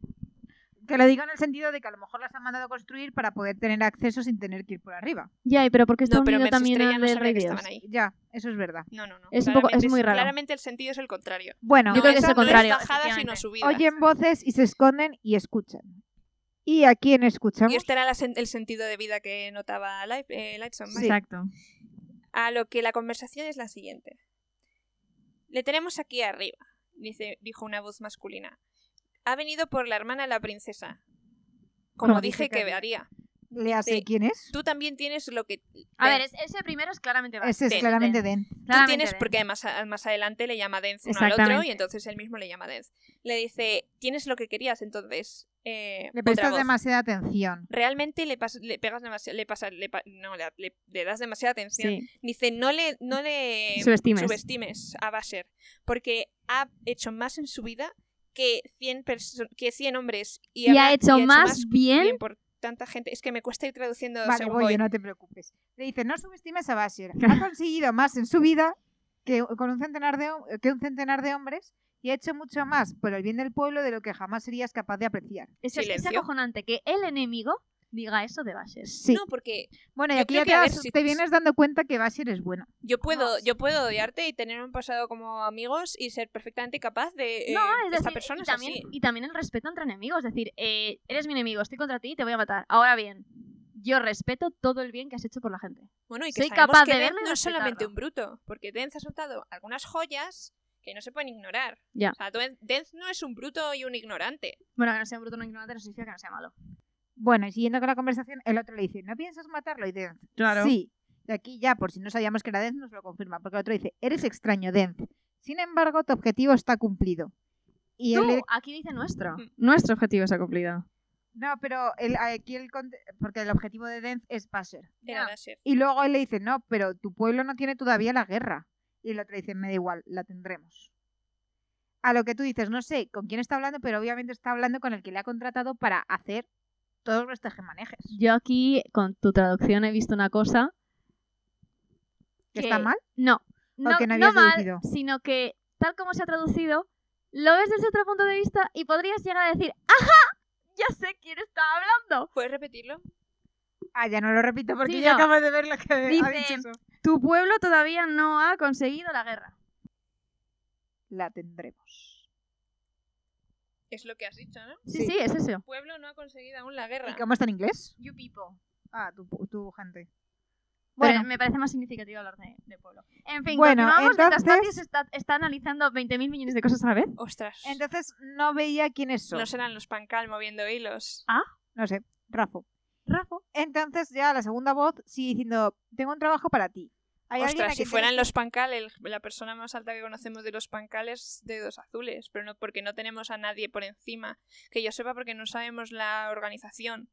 Speaker 2: Que lo digo en el sentido de que a lo mejor las han mandado a construir para poder tener acceso sin tener que ir por arriba.
Speaker 3: Ya, pero porque está
Speaker 1: No, pero Mercedes
Speaker 3: unido también
Speaker 1: Estrella
Speaker 3: al
Speaker 1: no
Speaker 3: del
Speaker 1: sabía
Speaker 3: rey
Speaker 1: que
Speaker 3: dios.
Speaker 1: estaban ahí.
Speaker 2: Ya, eso es verdad.
Speaker 1: No, no, no.
Speaker 3: Es un poco-
Speaker 1: Claramente
Speaker 3: es muy raro.
Speaker 1: Claramente el sentido es el contrario.
Speaker 2: Bueno,
Speaker 3: Yo creo que
Speaker 1: esa
Speaker 3: es el
Speaker 1: no
Speaker 3: contrario,
Speaker 1: bajada, sino
Speaker 3: efectivamente.
Speaker 1: subida.
Speaker 2: oyen voces y se esconden y escuchan. ¿Y a quién escuchamos?
Speaker 1: Y este era la sen- el sentido de vida que notaba Light, eh, Lightson.
Speaker 2: Sí.
Speaker 1: vaya.
Speaker 3: Exacto.
Speaker 1: A lo que la conversación es la siguiente. Le tenemos aquí arriba, dice, dijo una voz masculina. Ha venido por la hermana de la princesa. Como,
Speaker 2: Como dice
Speaker 1: dije que
Speaker 2: Carmen.
Speaker 1: haría.
Speaker 2: Le hace
Speaker 1: Sí.
Speaker 2: quién es.
Speaker 1: Tú también tienes lo que...
Speaker 3: A
Speaker 1: Den.
Speaker 3: ver, es- ese primero es claramente Bast.
Speaker 2: Ese es
Speaker 1: Den,
Speaker 2: claramente Den.
Speaker 1: Tú
Speaker 3: Claramente
Speaker 1: tienes,
Speaker 3: Den.
Speaker 1: porque además a- más adelante le llama Denz uno al otro y
Speaker 3: Exactamente.
Speaker 1: entonces él mismo le llama Denz. Le dice, tienes lo que querías, entonces... eh, otra
Speaker 2: Le prestas
Speaker 1: voz.
Speaker 2: demasiada atención.
Speaker 1: Realmente le, pas- le pegas demasiado, le pasas, le pa- no, le, le- le das demasiada atención.
Speaker 3: Sí.
Speaker 1: Dice, no le, no le
Speaker 3: Subestimes.
Speaker 1: subestimes a Basher, porque ha hecho más en su vida que 100, perso- que 1100 hombres. Y,
Speaker 3: Y
Speaker 1: habrá-
Speaker 3: ha hecho más bien.
Speaker 1: por tanta gente. Es que me cuesta ir traduciendo
Speaker 2: Vale,
Speaker 1: según
Speaker 2: voy,
Speaker 1: voy.
Speaker 2: no te preocupes. Le dice, no subestimes a Basher. Ha conseguido más en su vida que con un centenar de hom- que un centenar de hombres y ha hecho mucho más por el bien del pueblo de lo que jamás serías capaz de apreciar.
Speaker 3: Eso es, es
Speaker 1: Silencio.
Speaker 3: acojonante que el enemigo diga eso de Basher.
Speaker 2: Sí.
Speaker 1: No, porque
Speaker 2: bueno, y
Speaker 1: yo
Speaker 2: aquí
Speaker 1: creo
Speaker 2: ya
Speaker 1: que,
Speaker 2: te,
Speaker 1: a
Speaker 2: das-
Speaker 1: ver, si-
Speaker 2: te vienes dando cuenta que Basher es bueno.
Speaker 1: yo puedo,
Speaker 3: Vamos.
Speaker 1: yo puedo odiarte y tener un pasado como amigos y ser perfectamente capaz de eh,
Speaker 3: No, es
Speaker 1: esta
Speaker 3: decir,
Speaker 1: persona.
Speaker 3: y,
Speaker 1: es
Speaker 3: también,
Speaker 1: así.
Speaker 3: y también el respeto entre enemigos. Es decir, eh, eres mi enemigo, estoy contra ti y te voy a matar. Ahora bien, yo respeto todo el bien que has hecho por la gente.
Speaker 1: Bueno, y que
Speaker 3: soy
Speaker 1: sabemos
Speaker 3: capaz
Speaker 1: que
Speaker 3: de
Speaker 1: Denz
Speaker 3: verlo y
Speaker 1: no es solamente
Speaker 3: respetarlo.
Speaker 1: un bruto, porque Denz ha soltado algunas joyas que no se pueden ignorar.
Speaker 3: Ya.
Speaker 1: O sea, Denz- Denz no es un bruto y un ignorante.
Speaker 3: Bueno, que no sea un bruto no ignorante no significa que no sea malo.
Speaker 2: Bueno, y siguiendo con la conversación, el otro le dice, ¿no piensas matarlo? Y Denz,
Speaker 3: Claro.
Speaker 2: sí. Y aquí ya, por si no sabíamos que era Denz, nos lo confirma, porque el otro dice, eres extraño, Denz. Sin embargo, tu objetivo está cumplido. Y él
Speaker 3: Tú,
Speaker 2: le-
Speaker 3: aquí dice nuestro.
Speaker 1: Mm.
Speaker 3: Nuestro objetivo se ha cumplido.
Speaker 2: No, pero el- aquí el... conte- Porque el objetivo de Denz es Basher.
Speaker 1: Era
Speaker 3: Ya.
Speaker 1: Basher.
Speaker 2: Y luego él le dice, no, pero tu pueblo no tiene todavía la guerra. Y el otro dice, me da igual, la tendremos. A lo que tú dices, no sé con quién está hablando, pero obviamente está hablando con el que le ha contratado para hacer todos los tejemanejes.
Speaker 3: Yo aquí, con tu traducción, he visto una cosa.
Speaker 2: ¿Que ¿Está
Speaker 3: que-
Speaker 2: mal?
Speaker 3: No. No,
Speaker 2: que no
Speaker 3: no
Speaker 2: habías
Speaker 3: mal,
Speaker 2: deducido.
Speaker 3: sino que, tal como se ha traducido, lo ves desde otro punto de vista y podrías llegar a decir, ¡ajá! Ya sé quién está hablando.
Speaker 1: ¿Puedes repetirlo?
Speaker 2: Ah, ya no lo repito porque
Speaker 3: Sí,
Speaker 2: ya
Speaker 3: no.
Speaker 2: acabo de ver lo que ha
Speaker 3: Dice-
Speaker 2: dicho eso.
Speaker 3: Tu pueblo todavía no ha conseguido la guerra.
Speaker 2: La tendremos.
Speaker 1: Es lo que has dicho, ¿no?
Speaker 3: Sí, sí, es eso.
Speaker 1: pueblo no ha conseguido aún la guerra.
Speaker 2: ¿Y cómo está en inglés?
Speaker 3: You people.
Speaker 2: Ah, tu, tu gente.
Speaker 3: Bueno,
Speaker 2: Bueno,
Speaker 3: me parece más significativo hablar de, de pueblo. En fin,
Speaker 2: Bueno,
Speaker 3: continuamos mientras
Speaker 2: entonces-
Speaker 3: Patios está, está analizando 20.000 millones de cosas a la vez.
Speaker 1: Ostras.
Speaker 2: entonces no veía quiénes son.
Speaker 1: no serán los pancal moviendo hilos.
Speaker 2: No sé, Rafo.
Speaker 3: Rafa.
Speaker 2: Entonces ya la segunda voz sigue diciendo, tengo un trabajo para ti. ¿Hay alguien a
Speaker 1: Ostras, si
Speaker 2: quien
Speaker 1: fueran
Speaker 2: tienes-
Speaker 1: los pancal, el- la persona más alta que conocemos de los pancal es de dos azules, pero no porque no tenemos a nadie por encima. Que yo sepa porque no sabemos la organización.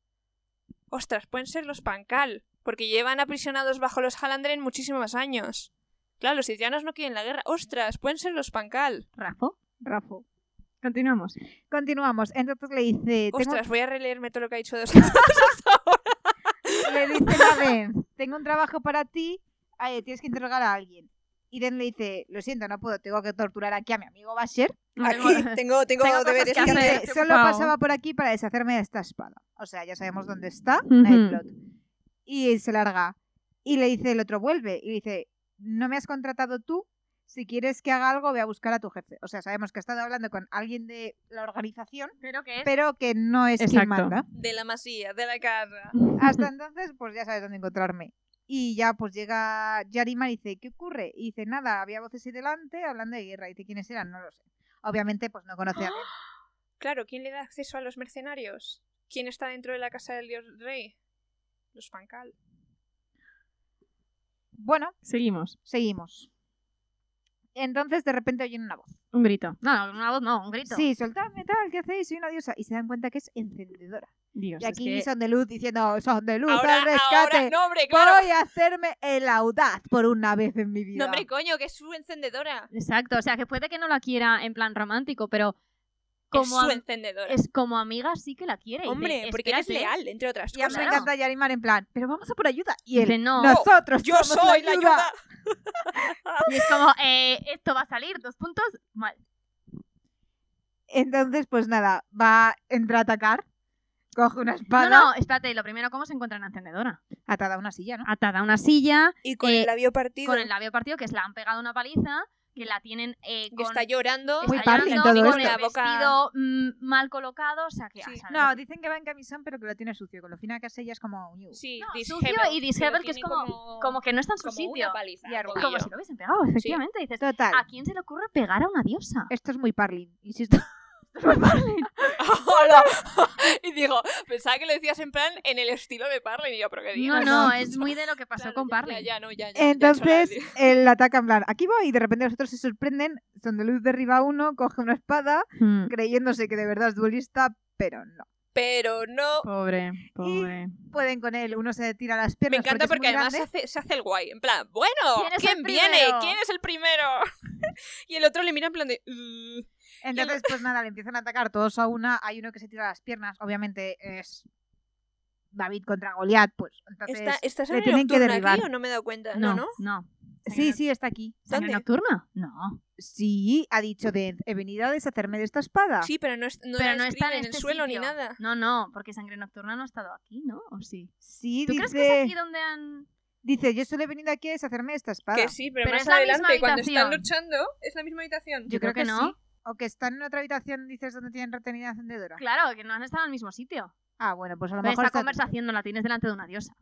Speaker 1: Ostras, pueden ser los pancal, porque llevan aprisionados bajo los Halandren muchísimos años. Claro, los sitianos no quieren la guerra. Ostras, pueden ser los pancal.
Speaker 3: Rafa.
Speaker 2: Rafo.
Speaker 3: Continuamos.
Speaker 2: Continuamos. Entonces le dice, tengo,
Speaker 1: Ostras, voy a releerme todo lo que ha dicho dos hasta ahora.
Speaker 2: le dice la Ben, tengo un trabajo para ti, eh, tienes que interrogar a alguien. Y Den le dice, lo siento, no puedo, tengo que torturar aquí a mi amigo Basher,
Speaker 1: Aquí tengo, tengo,
Speaker 3: Tengo cosas
Speaker 1: deberes
Speaker 3: que
Speaker 2: que
Speaker 3: hacer.
Speaker 2: dice, solo
Speaker 3: Wow.
Speaker 2: pasaba por aquí para deshacerme de esta espada. O sea, ya sabemos dónde está, no hay
Speaker 3: Mm. Ujú.
Speaker 2: plot. Y se larga. Y le dice el otro, vuelve. Y dice, no me has contratado tú, si quieres que haga algo, ve a buscar a tu jefe. O sea, sabemos que ha estado hablando con alguien de la organización,
Speaker 3: Pero que es...
Speaker 2: pero que no es quien
Speaker 3: Exacto.
Speaker 2: manda.
Speaker 1: De la masía, de la casa.
Speaker 2: Hasta entonces, pues ya sabes dónde encontrarme. Y ya pues llega Yarimar y dice, ¿qué ocurre? Y dice, nada, había voces ahí delante hablando de guerra. Y dice, ¿quiénes eran? No lo sé. Obviamente, pues no conoce
Speaker 3: ¡Ah!
Speaker 2: a Ben.
Speaker 1: Claro, ¿quién le da acceso a los mercenarios? ¿Quién está dentro de la casa del dios rey? Los Pancal.
Speaker 2: Bueno,
Speaker 3: Seguimos.
Speaker 2: seguimos. Entonces, de repente oyen una voz.
Speaker 3: Un grito. No, no, una voz no, un grito.
Speaker 2: Sí, soltadme tal, ¿qué hacéis? Soy una diosa. Y se dan cuenta que es encendedora.
Speaker 3: Dios,
Speaker 2: y
Speaker 3: es
Speaker 2: aquí
Speaker 3: que-
Speaker 2: son de luz diciendo, son de luz, al rescate.
Speaker 1: no, hombre,
Speaker 2: Voy a hacerme el audaz por una vez en mi vida.
Speaker 1: No, hombre, coño, que es su encendedora.
Speaker 3: Exacto, o sea, que puede que no la quiera en plan romántico, pero como,
Speaker 1: es su
Speaker 3: am-
Speaker 1: encendedora.
Speaker 3: es como amiga sí que la quiere. y dice,
Speaker 1: Hombre, porque eres
Speaker 3: "Espérate".
Speaker 1: leal, entre otras
Speaker 2: y a mí me
Speaker 1: cosas.
Speaker 3: Claro.
Speaker 2: encanta Yarimar en plan, pero vamos a por ayuda. Y
Speaker 3: Dice,
Speaker 2: él,
Speaker 3: "No".
Speaker 2: nosotros
Speaker 1: Yo
Speaker 2: somos
Speaker 1: soy la
Speaker 2: ayuda.
Speaker 1: ayuda.
Speaker 3: Y es como, eh, esto va a salir, dos puntos, mal.
Speaker 2: Entonces, pues nada, va, entra a atacar, coge una espada,
Speaker 3: No, no, espérate, lo primero, ¿cómo se encuentra en la encendedora?
Speaker 1: Ah,
Speaker 2: atada a una silla, ¿no?
Speaker 3: Atada a una silla,
Speaker 1: Y con
Speaker 3: Eh,
Speaker 1: el labio partido.
Speaker 3: con el labio partido, que es la han pegado una paliza, que la tienen eh,
Speaker 1: que
Speaker 3: con,
Speaker 1: está llorando.
Speaker 2: Muy
Speaker 3: está
Speaker 2: Barbie en
Speaker 3: llorando,
Speaker 2: todo
Speaker 3: con
Speaker 1: esto.
Speaker 3: el vestido mm, mal colocado, o sea que...
Speaker 1: Sí.
Speaker 3: a saber.
Speaker 2: No, dicen que va en camisón, pero que lo tiene sucio. Con lo fina que es ella es como... "Uy".
Speaker 1: Sí,
Speaker 3: No,
Speaker 1: dishevelled,
Speaker 3: sucio y
Speaker 1: pero
Speaker 3: dishevelled, que es
Speaker 1: tiene
Speaker 3: como, como que no está en su
Speaker 1: como
Speaker 3: sitio.
Speaker 1: una paliza.
Speaker 2: Y arrugado.
Speaker 3: Como
Speaker 1: Como
Speaker 3: si lo hubiesen pegado, efectivamente. Dices,
Speaker 2: Total.
Speaker 3: ¿a quién se le ocurre pegar a una diosa?
Speaker 2: Esto es muy Parlin, insisto.
Speaker 1: Hola. y digo, pensaba que lo decías en plan en el estilo de Parlen y yo, pero qué
Speaker 3: No,
Speaker 1: digas?
Speaker 3: no,
Speaker 2: Ah, no.
Speaker 3: es muy de lo que pasó
Speaker 1: Claro,
Speaker 3: con
Speaker 1: ya-
Speaker 3: Barney.
Speaker 1: Ya, ya, no, ya, ya, ya,
Speaker 2: Entonces,
Speaker 1: sola,
Speaker 2: él ataca en plan, aquí voy, y de repente los otros se sorprenden, son de luz derriba a uno, coge una espada,
Speaker 3: Mm.
Speaker 2: creyéndose que de verdad es duelista, pero no.
Speaker 1: Pero no.
Speaker 3: Pobre,
Speaker 2: pobre. Pueden con él, uno se tira las
Speaker 1: Me
Speaker 3: Pues
Speaker 2: piernas.
Speaker 1: encanta porque,
Speaker 2: es muy
Speaker 1: además se
Speaker 2: grande.
Speaker 1: hace, se hace el guay. En plan, bueno,
Speaker 3: ¿Quién es
Speaker 1: ¿quién
Speaker 3: el
Speaker 1: viene?
Speaker 3: primero?
Speaker 1: ¿Quién es el primero? y el otro le mira en plan de. "Mm".
Speaker 2: Entonces, pues nada, le empiezan a atacar todos a una, hay uno que se tira las piernas, obviamente es David contra Goliat, pues entonces...
Speaker 1: ¿Está, ¿Estás
Speaker 2: le
Speaker 1: en el
Speaker 2: tienen que
Speaker 1: nocturno
Speaker 2: derribar.
Speaker 1: aquí o no me he dado cuenta?
Speaker 3: No,
Speaker 1: No, no.
Speaker 3: no.
Speaker 2: Sí, sí, está aquí.
Speaker 1: ¿Dónde?
Speaker 3: ¿Sangre nocturna? No.
Speaker 2: Sí, ha dicho de he venido a deshacerme de esta espada.
Speaker 1: Sí, pero no, es, no
Speaker 3: Ah. Pero
Speaker 1: la
Speaker 3: no está
Speaker 1: escriben
Speaker 3: en
Speaker 1: en,
Speaker 3: este
Speaker 1: el suelo
Speaker 3: sitio.
Speaker 1: ni nada.
Speaker 3: No, no, porque sangre nocturna no ha estado aquí, ¿no? ¿O sí?
Speaker 2: Sí,
Speaker 3: ¿Tú
Speaker 2: dice,
Speaker 3: crees que es aquí donde han...?
Speaker 2: dice, yo solo he venido aquí a deshacerme de esta espada.
Speaker 1: Que sí, pero,
Speaker 3: Pero
Speaker 1: más
Speaker 3: es la misma
Speaker 1: adelante, cuando están
Speaker 3: habitación.
Speaker 1: luchando, es la misma habitación.
Speaker 3: Yo creo que no.
Speaker 2: sí. O que están en otra habitación, dices, donde tienen retenida la encendedora.
Speaker 3: Claro, que no han estado en el mismo sitio.
Speaker 2: Ah, bueno, pues a lo
Speaker 3: Pero
Speaker 2: mejor...
Speaker 3: esta
Speaker 2: está-
Speaker 3: conversación no la tienes delante de una diosa.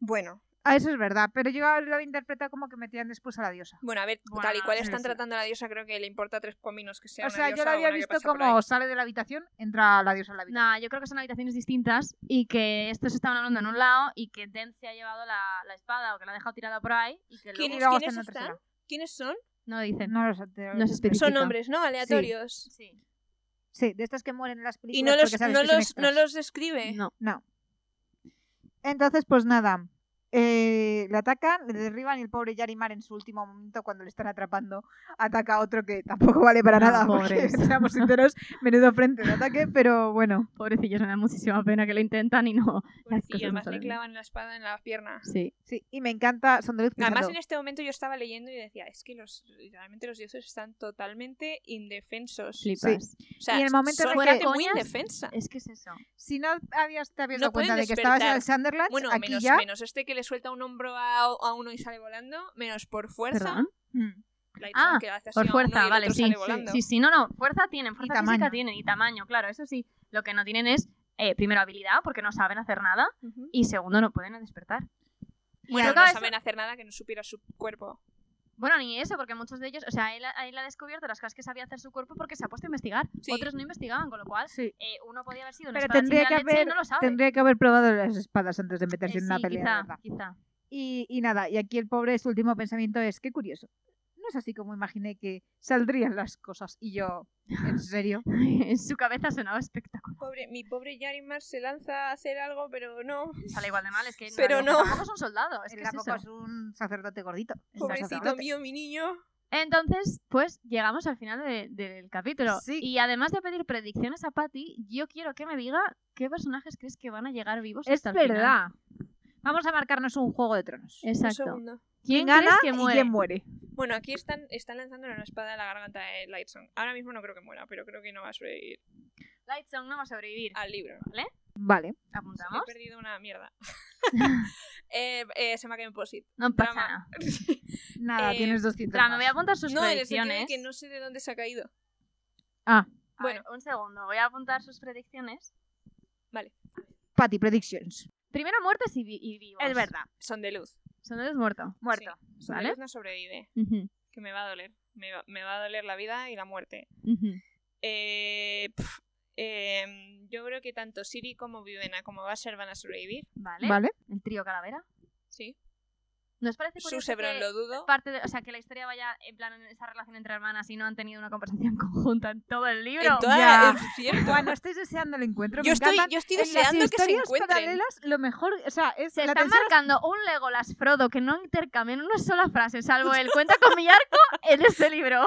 Speaker 1: Bueno,
Speaker 2: Ah, eso es verdad, pero yo lo he interpretado como que metían después a la diosa.
Speaker 1: bueno, a ver,
Speaker 3: Bueno,
Speaker 1: tal y cual
Speaker 3: sí,
Speaker 1: están
Speaker 3: sí.
Speaker 1: tratando a la diosa, creo que le importa tres pominos que sea
Speaker 2: o
Speaker 1: una
Speaker 2: sea, yo
Speaker 1: diosa
Speaker 2: lo
Speaker 1: o
Speaker 2: había
Speaker 1: una que
Speaker 2: visto
Speaker 1: pasa por
Speaker 2: como
Speaker 1: ahí.
Speaker 2: sale de la habitación, entra la diosa en la habitación.
Speaker 3: No, yo creo que son habitaciones distintas y que estos estaban hablando en un lado y que Den se ha llevado la, la espada o que la ha dejado tirada por ahí y que
Speaker 1: ¿Quién
Speaker 2: Y
Speaker 3: luego...
Speaker 1: es?
Speaker 2: luego
Speaker 1: ¿quiénes
Speaker 2: está en la
Speaker 1: están?
Speaker 2: tercera.
Speaker 1: ¿Quiénes son?
Speaker 3: No dicen.
Speaker 2: No lo sé, te-
Speaker 3: No se especifica.
Speaker 1: Son hombres, ¿no? Aleatorios.
Speaker 3: Sí.
Speaker 2: Sí, de estas que mueren en las películas.
Speaker 1: Y no los,
Speaker 2: porque sabes
Speaker 1: no
Speaker 2: que son
Speaker 1: los, no
Speaker 2: extras.
Speaker 1: los describe.
Speaker 3: No.
Speaker 2: No. Entonces, pues nada. eh, le atacan, le derriban y el pobre Yarimar en su último momento, cuando le están atrapando, ataca a otro que tampoco vale para
Speaker 3: No,
Speaker 2: nada. Porque,
Speaker 3: pobres.
Speaker 2: seamos sinceros, menudo frente de ataque, pero bueno.
Speaker 3: Pobrecillos, me da muchísima pena que lo intentan y no... Las
Speaker 1: Y
Speaker 3: cosas no
Speaker 1: además le
Speaker 3: salen.
Speaker 1: clavan la espada en la pierna.
Speaker 3: Sí.
Speaker 2: Sí, y me encanta Sondeluz
Speaker 1: Además,
Speaker 2: pensando,
Speaker 1: en este momento yo estaba leyendo y decía, es que los realmente los dioses están totalmente indefensos.
Speaker 3: Flipas.
Speaker 1: O sea,
Speaker 2: Y en el momento
Speaker 1: son
Speaker 2: en el que- ¿eh?
Speaker 1: gente muy
Speaker 3: Fuera coñas,
Speaker 1: indefensa.
Speaker 3: Es que es eso.
Speaker 2: si no habías, te habías
Speaker 1: No
Speaker 2: dado cuenta
Speaker 1: pueden
Speaker 2: de que estabas en el
Speaker 1: despertar.
Speaker 2: Sunderland,
Speaker 1: Bueno,
Speaker 2: aquí
Speaker 1: menos,
Speaker 2: ya...
Speaker 1: menos este que le suelta un hombro a, a uno y sale volando, menos por fuerza.
Speaker 3: ¿Perdón?
Speaker 2: Mm.
Speaker 1: la
Speaker 3: Ah,
Speaker 1: que le hace así
Speaker 3: Por
Speaker 1: a uno y
Speaker 3: fuerza,
Speaker 1: el
Speaker 3: vale,
Speaker 1: otro
Speaker 3: sí,
Speaker 1: sale
Speaker 3: sí,
Speaker 1: volando.
Speaker 3: sí, sí, no, no, fuerza tienen, fuerza física
Speaker 2: tamaño.
Speaker 3: tienen y tamaño, claro, eso sí. Lo que no tienen es, eh, primero, habilidad, porque no saben hacer nada,
Speaker 1: Ujú.
Speaker 3: y segundo, no pueden despertar.
Speaker 1: Bueno,
Speaker 3: Toca
Speaker 1: no
Speaker 3: eso-
Speaker 1: saben hacer nada que no supiera su cuerpo.
Speaker 3: Bueno, ni eso, porque muchos de ellos, o sea, él, ha- él ha descubierto las cosas que sabía hacer su cuerpo porque se ha puesto a investigar.
Speaker 1: Sí.
Speaker 3: Otros no investigaban, con lo cual,
Speaker 2: Sí.
Speaker 3: eh, uno podía haber sido una
Speaker 2: Pero
Speaker 3: espada
Speaker 2: tendría
Speaker 3: sin
Speaker 2: que,
Speaker 3: la leche y
Speaker 2: haber,
Speaker 3: no lo sabe.
Speaker 2: tendría que haber probado las espadas antes de
Speaker 3: Eh,
Speaker 2: meterse en una
Speaker 3: sí,
Speaker 2: pelea. de
Speaker 3: quizá,
Speaker 2: verdad.
Speaker 3: quizá.
Speaker 2: Y, y nada, y aquí el pobre, su último pensamiento es, qué curioso. No es así como imaginé que saldrían las cosas. Y yo, en serio.
Speaker 3: en su cabeza sonaba espectacular.
Speaker 1: Pobre, mi pobre Yarimar se lanza a hacer algo, pero no.
Speaker 3: Sale igual de mal, es que no-
Speaker 1: Pero no.
Speaker 3: tampoco es un soldado, es
Speaker 2: Él
Speaker 3: que es
Speaker 2: tampoco
Speaker 3: eso.
Speaker 2: es un sacerdote gordito. es un
Speaker 1: Pobrecito
Speaker 2: sacerdote.
Speaker 1: mío, mi niño.
Speaker 3: Entonces, pues llegamos al final de- del capítulo.
Speaker 2: Sí.
Speaker 3: Y además de pedir predicciones a Patty, yo quiero que me diga qué personajes crees que van a llegar vivos
Speaker 2: Es
Speaker 3: hasta el final.
Speaker 2: verdad. Vamos a marcarnos un juego de tronos.
Speaker 1: Un
Speaker 3: Exacto.
Speaker 1: segundo.
Speaker 3: ¿Quién
Speaker 2: gana
Speaker 3: crees que
Speaker 2: y
Speaker 3: muere?
Speaker 2: quién muere?
Speaker 1: Bueno, aquí están, están lanzándole una espada a la garganta de Lightsong. Ahora mismo no creo que muera, pero creo que no va a sobrevivir
Speaker 3: Lightsong no va a sobrevivir.
Speaker 1: al libro.
Speaker 2: Vale.
Speaker 3: ¿Apuntamos?
Speaker 1: He perdido una mierda. Eh, eh, se me ha quedado en posit.
Speaker 3: No pasa
Speaker 1: Drama.
Speaker 3: nada.
Speaker 2: Nada,
Speaker 1: Eh,
Speaker 2: tienes 200
Speaker 3: Espera, me
Speaker 2: más.
Speaker 3: voy a apuntar sus
Speaker 1: No, en el sentido de
Speaker 3: predicciones.
Speaker 1: que no sé de dónde se ha caído.
Speaker 2: Ah,
Speaker 3: A ver, un segundo, voy a apuntar sus predicciones.
Speaker 2: Patty Predictions.
Speaker 3: Primero muertes y, vi- y vivos.
Speaker 1: Son de luz.
Speaker 3: Son dos muerto.
Speaker 2: Muerto.
Speaker 1: Sí, Son
Speaker 3: ¿Vale?
Speaker 1: de luz no sobrevive.
Speaker 3: Ujú,
Speaker 1: Que me va a doler. Me va, me va a doler la vida y la muerte.
Speaker 3: ujú.
Speaker 1: Eh, pf, eh, yo creo que tanto Siri como Vivena como Basher van a sobrevivir.
Speaker 3: ¿Vale?
Speaker 2: ¿Vale?
Speaker 3: El trío calavera.
Speaker 1: Sí.
Speaker 3: ¿Nos parece curioso
Speaker 1: Susebron
Speaker 3: que-
Speaker 1: lo dudo.
Speaker 3: parte de- o sea, que la historia vaya en plan en esa relación entre hermanas y no han tenido una conversación conjunta en todo el libro.
Speaker 1: En toda-
Speaker 2: ya.
Speaker 1: es cierto.
Speaker 2: Bueno, estoy ah, deseando el encuentro.
Speaker 1: Yo
Speaker 2: me
Speaker 1: estoy,
Speaker 2: encantan.
Speaker 1: yo estoy
Speaker 2: En las
Speaker 1: deseando que se
Speaker 2: historias
Speaker 1: encuentren.
Speaker 2: paralelas, lo mejor... O sea, es
Speaker 3: Se
Speaker 2: la
Speaker 3: están
Speaker 2: tensión
Speaker 3: marcando un Legolas Frodo que no intercambian una sola frase, salvo el cuenta con Millarco en este libro.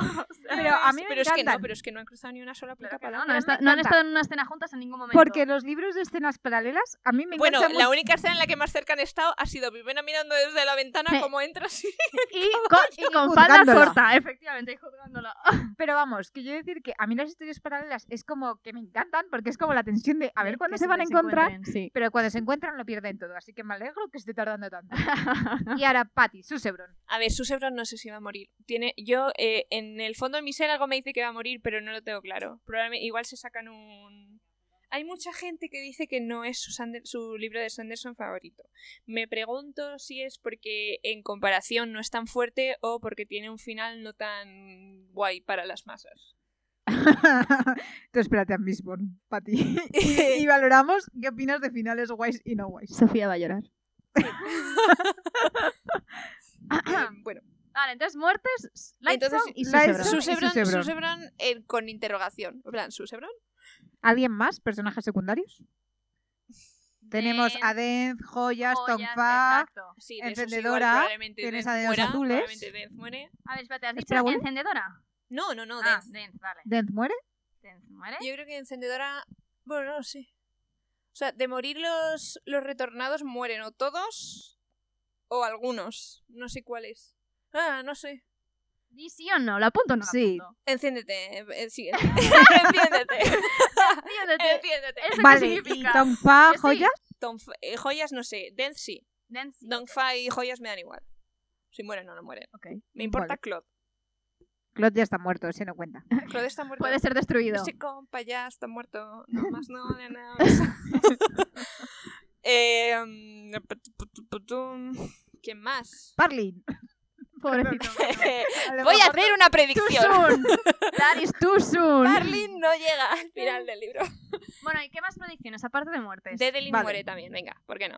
Speaker 2: Pero a mí me
Speaker 1: pero es que no,
Speaker 2: encantan.
Speaker 1: pero es que no han cruzado ni una sola puta
Speaker 3: Claro que
Speaker 1: palabra.
Speaker 3: no, no,
Speaker 2: me
Speaker 3: está- no han
Speaker 2: encanta.
Speaker 3: estado en una escena juntas en ningún momento.
Speaker 2: Porque los libros de escenas paralelas a mí me
Speaker 1: Bueno,
Speaker 2: enganchan
Speaker 1: la
Speaker 2: mucho.
Speaker 1: única escena en la que más cerca han estado ha sido Vivena mirando desde la Ana,
Speaker 3: Me-
Speaker 1: como entras.
Speaker 3: Y con, y con falda
Speaker 2: Juzgándola.
Speaker 3: corta, efectivamente, y juzgándola.
Speaker 2: Pero vamos, que yo decir que a mí las historias paralelas es como que me encantan porque es como la tensión de a ver cuándo
Speaker 3: Que
Speaker 2: se van a
Speaker 3: les
Speaker 2: encontrar,
Speaker 3: encuentren, Sí.
Speaker 2: pero cuando se encuentran lo pierden todo, así que me alegro que esté tardando tanto. Y ahora Patty, su Sebron.
Speaker 1: A ver, Susebron no sé si va a morir. Tiene, yo, eh, en el fondo de mi ser, algo me dice que va a morir, pero no lo tengo claro. Probablemente, igual se sacan un. Hay mucha gente que dice que no es su, Sander- su libro de Sanderson favorito. Me pregunto si es porque en comparación no es tan fuerte o porque tiene un final no tan guay para las masas.
Speaker 2: Entonces espérate a Mistborn, Patty. y, y valoramos qué opinas de finales guays y no guays.
Speaker 3: Sofía va a llorar.
Speaker 1: Eh, bueno,
Speaker 3: Vale, entonces muertes, Lightstone
Speaker 1: Entonces,
Speaker 3: y
Speaker 2: Lightstone-
Speaker 3: Susebron.
Speaker 1: Susebron,
Speaker 2: Susebron.
Speaker 1: Susebron, eh, con interrogación. En plan, Susebron.
Speaker 2: ¿Alguien más? ¿Personajes secundarios? Tenemos
Speaker 3: Den,
Speaker 2: a Dent, Joyas,
Speaker 3: joyas,
Speaker 2: Tonfa.
Speaker 3: exacto.
Speaker 1: Sí, de esos
Speaker 2: Encendedora,
Speaker 1: igual probablemente
Speaker 2: tienes
Speaker 1: Dance
Speaker 2: a dedos
Speaker 1: muera,
Speaker 2: azules.
Speaker 1: probablemente Dance muere.
Speaker 3: A ver, espérate, ¿has dicho
Speaker 2: Espera, vuelve.
Speaker 3: encendedora?
Speaker 1: No, no, no,
Speaker 3: ah,
Speaker 1: Dance.
Speaker 3: Dent, vale.
Speaker 2: ¿Dent muere?
Speaker 3: Dent muere.
Speaker 1: Yo creo que encendedora. Bueno, no lo sé. O sea, de morir los, los retornados mueren o todos o algunos. No sé cuáles. Ah, no sé.
Speaker 3: Di sí o no, ¿la apunto o no la
Speaker 2: Sí.
Speaker 3: apunto?
Speaker 1: Enciéndete. eh, sí, enciéndete. Eh,
Speaker 3: Enciéndete.
Speaker 1: enciéndete.
Speaker 3: ¿Eso qué
Speaker 2: Vale, y
Speaker 3: significa?
Speaker 2: Tonfa,
Speaker 3: Que sí.
Speaker 2: Joyas.
Speaker 1: Tonf- eh, joyas no sé. Dance sí.
Speaker 3: Dent sí.
Speaker 1: Donfa y joyas me dan igual. Si mueren o no mueren.
Speaker 2: Ok.
Speaker 1: Me importa
Speaker 2: Vale.
Speaker 1: Claude.
Speaker 2: Claude ya está muerto, ese no cuenta.
Speaker 1: Claude está muerto.
Speaker 3: Puede ser destruido.
Speaker 1: Ese compa ya está muerto. No más, no, de nada. Eh, mm, put- put- putum. ¿Quién más?
Speaker 2: Parlin.
Speaker 3: Pobrecito.
Speaker 1: Voy a hacer una
Speaker 3: Too
Speaker 1: predicción.
Speaker 3: soon. That is too soon.
Speaker 1: Darling no llega al final del libro.
Speaker 3: Bueno, ¿y qué más predicciones aparte de muertes?
Speaker 1: Dedelin
Speaker 2: Vale.
Speaker 1: muere también, venga, ¿por qué no?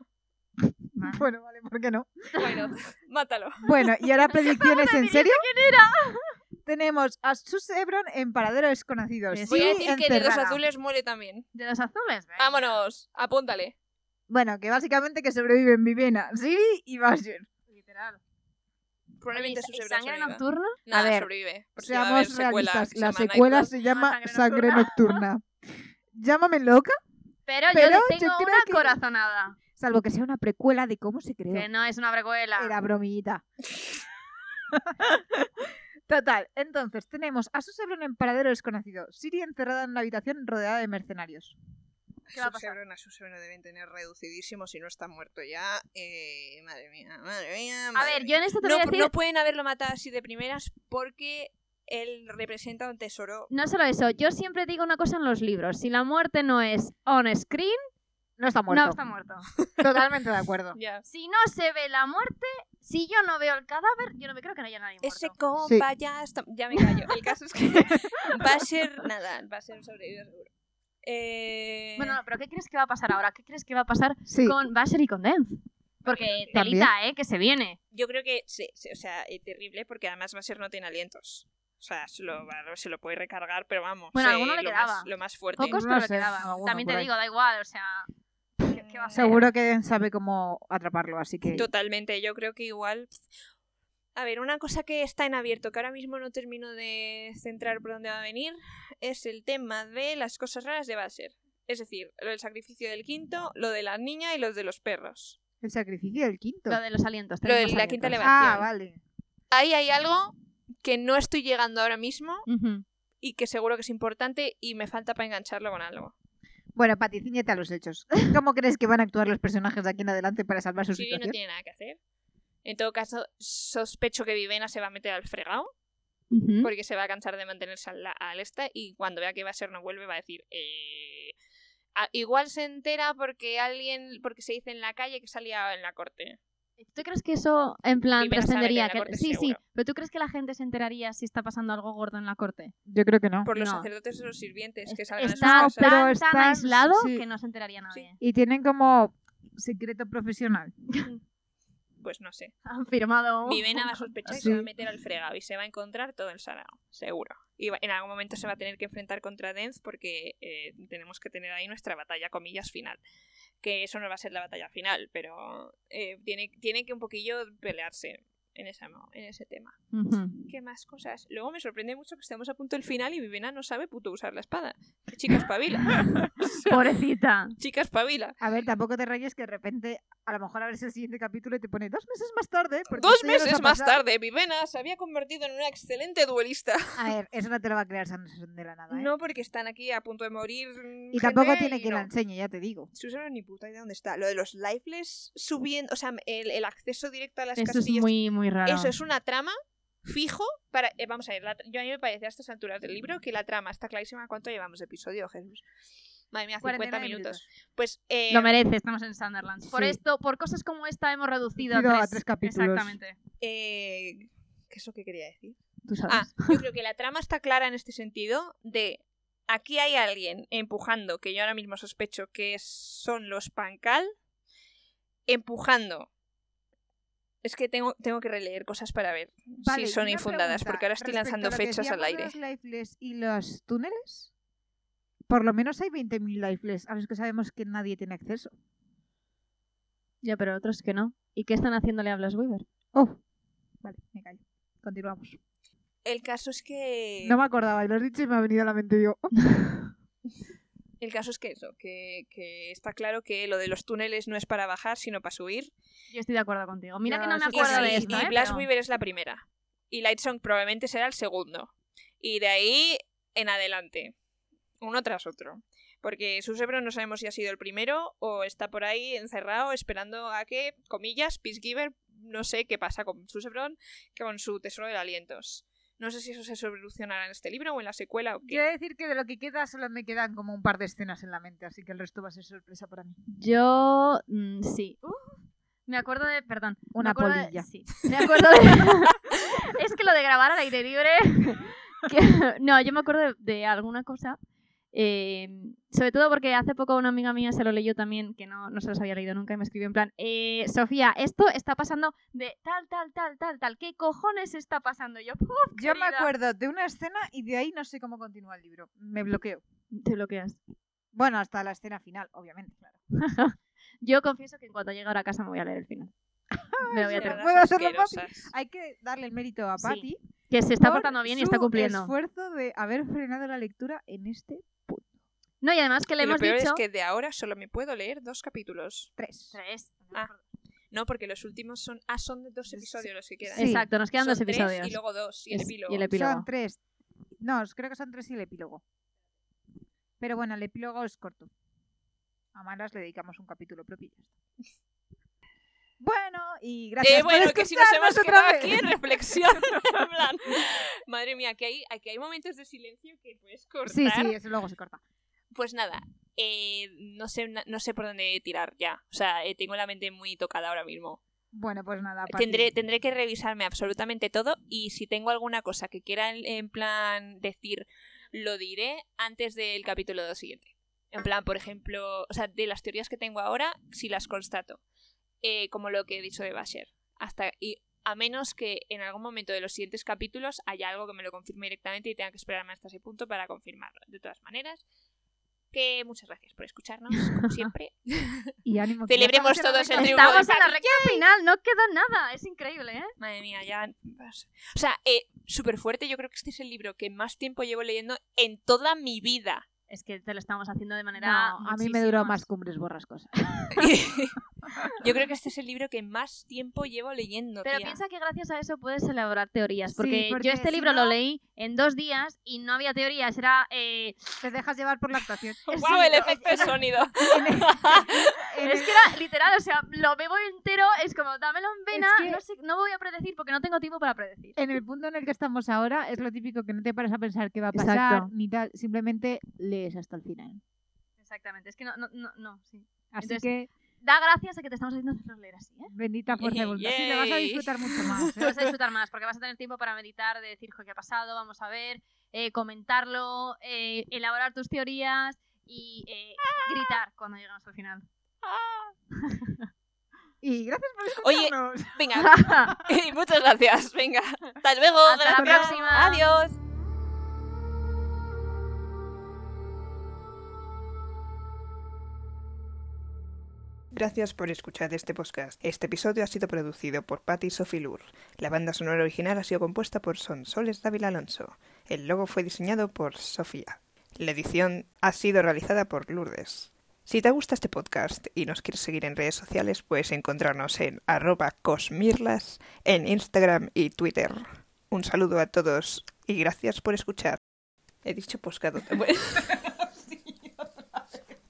Speaker 3: Vale.
Speaker 2: Bueno, vale, ¿por qué no?
Speaker 1: Bueno, mátalo.
Speaker 2: Bueno, y ahora predicciones en serio. Tenemos a Susebron en paraderos desconocidos.
Speaker 3: Sí,
Speaker 1: Voy a
Speaker 2: Pues Sí,
Speaker 1: decir que Dedos
Speaker 2: encerrada.
Speaker 1: Azules muere también.
Speaker 3: De los azules, venga.
Speaker 1: Vámonos, apúntale.
Speaker 2: Bueno, que básicamente que sobrevive en Vivena. Sí, y Basher.
Speaker 3: Literal.
Speaker 1: Probablemente su
Speaker 3: ¿Y sangre nocturna?
Speaker 1: Nada,
Speaker 2: A ver,
Speaker 1: sobrevive. Por si va a haber
Speaker 2: Seamos
Speaker 1: secuela
Speaker 2: realistas.
Speaker 1: que se
Speaker 2: La
Speaker 1: llama
Speaker 2: secuela
Speaker 1: Nightclub.
Speaker 2: se llama
Speaker 3: Sangre
Speaker 2: Sangre Nocturna. Llámame loca,
Speaker 3: Pero,
Speaker 2: Pero
Speaker 3: yo
Speaker 2: yo
Speaker 3: le tengo
Speaker 2: creo
Speaker 3: una
Speaker 2: que-
Speaker 3: corazonada.
Speaker 2: salvo que sea una precuela de cómo se creó.
Speaker 3: Que no es una precuela.
Speaker 2: Era bromita. Total, entonces tenemos a Susebron en paradero desconocido, Siri encerrada en una habitación rodeada de mercenarios.
Speaker 3: ¿Qué va a
Speaker 1: Sus
Speaker 3: pasar?
Speaker 1: sebrón a sus sebrón deben tener reducidísimo si no está muerto ya. Eh, madre mía, madre mía.
Speaker 3: A
Speaker 1: madre
Speaker 3: ver,
Speaker 1: mía.
Speaker 3: yo en esto te
Speaker 1: no,
Speaker 3: voy a decir...
Speaker 1: no pueden haberlo matado así de primeras porque él representa un tesoro.
Speaker 3: No solo eso, yo siempre digo una cosa en los libros. Si la muerte no es on screen,
Speaker 2: No está muerto.
Speaker 3: no está muerto.
Speaker 2: Totalmente de acuerdo.
Speaker 1: Ya.
Speaker 3: Si no se ve la muerte, si yo no veo el cadáver, yo no me creo que no haya nadie muerto.
Speaker 1: Ese compa ya está. Ya me callo. El caso es que va a ser nada, va a ser un sobrevivido seguro. Eh,
Speaker 3: Bueno, pero ¿qué crees que va a pasar ahora? ¿Qué crees que va a pasar
Speaker 2: Sí,
Speaker 3: con Basher y con Denz? Porque
Speaker 2: También.
Speaker 3: telita, ¿eh? Que se viene.
Speaker 1: Yo creo que, se- se- o sea, es terrible porque además va a ser no tiene alientos. O sea, se lo, va- se lo puede recargar, pero vamos.
Speaker 3: Bueno,
Speaker 1: eh,
Speaker 3: alguno le
Speaker 1: lo
Speaker 3: quedaba.
Speaker 1: Más, lo más fuerte.
Speaker 3: Pocos,
Speaker 2: no
Speaker 3: pero
Speaker 2: sé,
Speaker 3: quedaba.
Speaker 2: alguno
Speaker 3: También te
Speaker 2: por ahí.
Speaker 3: digo, da igual, o sea... ¿Qué, qué va a ser?
Speaker 2: seguro que Den sabe cómo atraparlo, así que...
Speaker 1: Totalmente, yo creo que igual. A ver, una cosa que está en abierto, que ahora mismo no termino de centrar por dónde va a venir, es el tema de las cosas raras de Basher. Es decir, lo del sacrificio del quinto, lo de la niña y los de los perros.
Speaker 2: El sacrificio del quinto.
Speaker 3: Lo de los alientos.
Speaker 1: Lo de
Speaker 3: tenemos
Speaker 1: la
Speaker 3: alientos.
Speaker 1: quinta elevación.
Speaker 2: Ah, vale.
Speaker 1: Ahí hay algo que no estoy llegando ahora mismo
Speaker 3: Ujú.
Speaker 1: y que seguro que es importante y me falta para engancharlo con algo.
Speaker 2: Bueno, Pati, ciñete a los hechos. ¿Cómo crees que van a actuar los personajes de aquí en adelante para salvar su
Speaker 1: Shiri no
Speaker 2: situación?
Speaker 1: tiene nada que hacer. En todo caso, sospecho que Vivena se va a meter al fregado.
Speaker 3: Ujú.
Speaker 1: porque se va a cansar de mantenerse al, al esta y cuando vea que va a ser no vuelve va a decir eh, a- igual se entera porque alguien porque se dice en la calle que salía en la corte
Speaker 3: ¿Tú crees que eso, en plan,
Speaker 1: Y menos a Vete a
Speaker 3: trascendería?
Speaker 1: la
Speaker 3: que-
Speaker 1: corte,
Speaker 3: Sí, sí,
Speaker 1: seguro.
Speaker 3: pero ¿tú crees que la gente se enteraría si está pasando algo gordo en la corte?
Speaker 2: Yo creo que no.
Speaker 1: por los
Speaker 3: Ah, No.
Speaker 1: sacerdotes o los sirvientes que
Speaker 3: Es-
Speaker 1: salgan de sus
Speaker 3: está
Speaker 1: casas
Speaker 2: pero
Speaker 3: tan, tan
Speaker 2: están-
Speaker 3: aislado
Speaker 2: sí.
Speaker 3: que no se enteraría nadie.
Speaker 2: Y tienen como secreto profesional.
Speaker 1: pues no sé
Speaker 3: Han firmado.
Speaker 1: Vivena va a sospechar y
Speaker 2: Sí.
Speaker 1: se va a meter al fregado y se va a encontrar todo el sarao seguro y va- en algún momento se va a tener que enfrentar contra Denz porque eh, tenemos que tener ahí nuestra batalla comillas final que eso no va a ser la batalla final pero eh, tiene, tiene que un poquillo pelearse en, esa mo- en ese tema.
Speaker 3: Ujú.
Speaker 1: ¿Qué más cosas? Luego me sorprende mucho que estemos a punto del final y Vivena no sabe puto usar la espada. Chica espabila.
Speaker 3: Pobrecita.
Speaker 1: Chica espabila.
Speaker 2: A ver, tampoco te rayes que de repente, a lo mejor a ver si el siguiente capítulo y te pone dos meses más tarde. porque
Speaker 1: Dos
Speaker 2: esto ya nos
Speaker 1: meses
Speaker 2: ha
Speaker 1: más
Speaker 2: pasado".
Speaker 1: tarde, Vivena se había convertido en una excelente duelista.
Speaker 2: A ver, eso no te lo va a crear Sanderson de la nada. ¿eh?
Speaker 1: No porque están aquí a punto de morir. mm,
Speaker 2: y tampoco tiene que la enseñe, ya te digo.
Speaker 1: Susana ni puta idea dónde está. Lo de los lifeless subiendo, o sea, el, el acceso directo a las
Speaker 3: Eso es
Speaker 1: castillas.
Speaker 3: muy, muy raro.
Speaker 1: Eso es una trama fijo para. eh, vamos a ver, la tra- yo a mí me parece a estas alturas del libro que la trama está clarísima. ¿Cuánto llevamos de episodio, Jesús? Madre mía, 50
Speaker 2: 49
Speaker 1: minutos. Pues. eh,
Speaker 3: Lo merece, estamos en Sunderland. Por
Speaker 2: Sí.
Speaker 3: esto, por cosas como esta hemos reducido a
Speaker 2: Reducido a
Speaker 3: tres,
Speaker 2: tres capítulos.
Speaker 3: Exactamente.
Speaker 1: eh, ¿Qué es lo que quería decir?
Speaker 3: Tú sabes.
Speaker 1: Ah, yo creo que la trama está clara en este sentido de aquí hay alguien empujando, que yo ahora mismo sospecho que es- son los Pancal, empujando. Es que tengo, tengo que releer cosas para ver
Speaker 2: Vale,
Speaker 1: si
Speaker 2: y
Speaker 1: son
Speaker 2: una
Speaker 1: infundadas,
Speaker 2: pregunta
Speaker 1: porque ahora estoy
Speaker 2: respecto
Speaker 1: lanzando
Speaker 2: a lo que
Speaker 1: fechas al
Speaker 2: decíamos de
Speaker 1: aire.
Speaker 2: los lifeless y los túneles? Por lo menos hay 20.000 lifeless, a los que sabemos que nadie tiene acceso.
Speaker 3: Ya, pero otros que no. ¿Y qué están haciéndole a Blas Weaver?
Speaker 2: Oh, vale, me callo. Continuamos.
Speaker 1: El caso es que.
Speaker 2: No me acordaba, y lo has dicho y me ha venido a la mente yo. oh,
Speaker 1: El caso es que eso, que, que está claro que lo de los túneles no es para bajar, sino para subir.
Speaker 3: Yo estoy de acuerdo contigo. Mira
Speaker 2: Ya,
Speaker 3: que no me
Speaker 2: eso
Speaker 1: Y,
Speaker 3: acuerdo
Speaker 2: sí,
Speaker 3: de
Speaker 1: y-
Speaker 3: esto,
Speaker 1: y
Speaker 3: ¿eh?
Speaker 1: Blas
Speaker 3: Pero-
Speaker 1: Weaver es la primera. Y Lightsong probablemente será el segundo. Y de ahí en adelante. Uno tras otro. Porque Susebro no sabemos si ha sido el primero o está por ahí encerrado esperando a que, comillas, Peacegiver, no sé qué pasa con Susebron, que con su tesoro de alientos. No sé si eso se solucionará en este libro o en la secuela o qué.
Speaker 2: Quiero decir que de lo que queda solo me quedan como un par de escenas en la mente, así que el resto va a ser sorpresa para mí.
Speaker 3: Yo... mm, sí. Me acuerdo de... Perdón. Me
Speaker 2: Una
Speaker 3: acuerdo de-
Speaker 2: polilla.
Speaker 3: sí. Me acuerdo de... es que lo de grabar al aire libre... que- No, yo me acuerdo de, de alguna cosa. eh, sobre todo porque hace poco una amiga mía se lo leyó también, que no, no se los había leído nunca, y me escribió en plan, eh, Sofía, esto está pasando de tal, tal, tal, tal, tal, ¿qué cojones está pasando? Y yo, "Puf,
Speaker 2: Yo me
Speaker 3: querida".
Speaker 2: acuerdo de una escena y de ahí no sé cómo continúa el libro. Me bloqueo.
Speaker 3: Te bloqueas.
Speaker 2: Bueno, hasta la escena final, obviamente, claro.
Speaker 3: Yo confieso que en cuanto llegue ahora a casa me voy a leer el final. Me lo voy
Speaker 1: Son
Speaker 2: Pero
Speaker 3: a terminar.
Speaker 1: las
Speaker 2: puedo hacerlo
Speaker 1: asquerosas.
Speaker 2: Hay que darle el mérito a
Speaker 3: Sí.
Speaker 2: Patty.
Speaker 3: Que se está
Speaker 2: por
Speaker 3: portando bien y
Speaker 2: su
Speaker 3: está cumpliendo.
Speaker 2: esfuerzo de haber frenado la lectura en este
Speaker 3: No, y además que le
Speaker 1: Y lo
Speaker 3: hemos
Speaker 1: peor
Speaker 3: dicho...
Speaker 1: es que de ahora solo me puedo leer dos capítulos.
Speaker 2: tres.
Speaker 3: Tres.
Speaker 1: Ah, No, porque los últimos son. Ah, son de dos episodios los que quedan.
Speaker 2: Sí.
Speaker 3: Exacto, nos quedan
Speaker 1: Son
Speaker 3: dos
Speaker 1: tres
Speaker 3: episodios.
Speaker 1: y luego dos. Y el
Speaker 3: Es-
Speaker 1: epílogo.
Speaker 3: y el epílogo.
Speaker 2: Son tres. No, os- creo que son tres y el epílogo. Pero bueno, el epílogo es corto. A Maras le dedicamos un capítulo propio y ya está. Bueno, y gracias
Speaker 1: Eh, bueno,
Speaker 2: por
Speaker 1: que si nos hemos
Speaker 2: escucharnos otra
Speaker 1: quedado
Speaker 2: vez.
Speaker 1: aquí en reflexión, en plan, madre mía, aquí hay, aquí hay momentos de silencio que puedes cortar.
Speaker 2: Sí, sí, eso luego se corta.
Speaker 1: Pues nada, eh, no, sé, na- no sé por dónde tirar ya. O sea, eh, tengo la mente muy tocada ahora mismo.
Speaker 2: Bueno, pues nada, Pati.
Speaker 1: Tendré, tendré que revisarme absolutamente todo y si tengo alguna cosa que quiera en, en plan decir, lo diré antes del capítulo siguiente. En plan, por ejemplo, o sea, de las teorías que tengo ahora, si las constato, eh, como lo que he dicho de Basher. Hasta, y a menos que en algún momento de los siguientes capítulos haya algo que me lo confirme directamente y tenga que esperarme hasta ese punto para confirmarlo. De todas maneras, que muchas gracias por escucharnos, como siempre.
Speaker 2: Y ánimo. que ya
Speaker 1: Celebremos
Speaker 2: estamos en
Speaker 1: todos
Speaker 2: la
Speaker 1: el
Speaker 2: recta
Speaker 1: triunfo.
Speaker 3: Estamos
Speaker 1: de
Speaker 3: en la
Speaker 1: Patty.
Speaker 3: recta final, no queda nada. Es increíble, ¿eh?
Speaker 1: Madre mía, ya. O sea, eh, súper fuerte. Yo creo que este es el libro que más tiempo llevo leyendo en toda mi vida.
Speaker 3: Es que te lo estamos haciendo de manera.
Speaker 2: No, a mí me
Speaker 3: muchísimo
Speaker 2: duró más cumbres borrascosas.
Speaker 1: Yo creo que este es el libro que más tiempo llevo leyendo.
Speaker 3: Pero
Speaker 1: tía.
Speaker 3: piensa que gracias a eso puedes elaborar teorías.
Speaker 2: Sí,
Speaker 3: Porque,
Speaker 2: porque
Speaker 3: yo este
Speaker 2: si
Speaker 3: libro
Speaker 2: no-
Speaker 3: lo leí en dos días y no había teorías. Era. eh,
Speaker 2: Te dejas llevar por la actuación.
Speaker 1: ¡Guau! el efecto de sonido.
Speaker 2: En el- en
Speaker 3: es
Speaker 2: el-
Speaker 3: que era literal, o sea, lo bebo entero, es como, dámelo en vena.
Speaker 2: que-
Speaker 3: No, sé, no voy a predecir porque no tengo tiempo para predecir.
Speaker 2: en el punto en el que estamos ahora es lo típico que no te paras a pensar qué va a pasar
Speaker 3: Exacto.
Speaker 2: ni tal, simplemente lees hasta el final.
Speaker 3: Exactamente, es que no, no, no, no, sí.
Speaker 2: Así
Speaker 3: Entonces,
Speaker 2: que
Speaker 3: Da gracias a que te estamos haciendo hacerlos leer así, ¿eh?
Speaker 2: bendita fuerza de voluntad. Sí, lo vas a
Speaker 1: Yay.
Speaker 2: disfrutar mucho más. ¿eh?
Speaker 3: Te vas a disfrutar más porque vas a tener tiempo para meditar, de decir, "Jo, ¿qué ha pasado? Vamos a ver, eh, comentarlo, eh, elaborar tus teorías y eh, gritar cuando llegamos al final.
Speaker 2: Y gracias por
Speaker 1: Oye,
Speaker 2: escucharnos.
Speaker 1: Venga, y muchas gracias. Venga, hasta luego.
Speaker 3: Hasta la
Speaker 1: gracias.
Speaker 3: próxima.
Speaker 1: Adiós.
Speaker 4: Gracias por escuchar este podcast. Este episodio ha sido producido por Patty Sophie Lur. La banda sonora original ha sido compuesta por Sonsoles Dávila Alonso. El logo fue diseñado por Sofía. La edición ha sido realizada por Lourdes. Si te gusta este podcast y nos quieres seguir en redes sociales, puedes encontrarnos en arroba cosmirlas en Instagram y Twitter. Un saludo a todos y gracias por escuchar. He dicho poscado.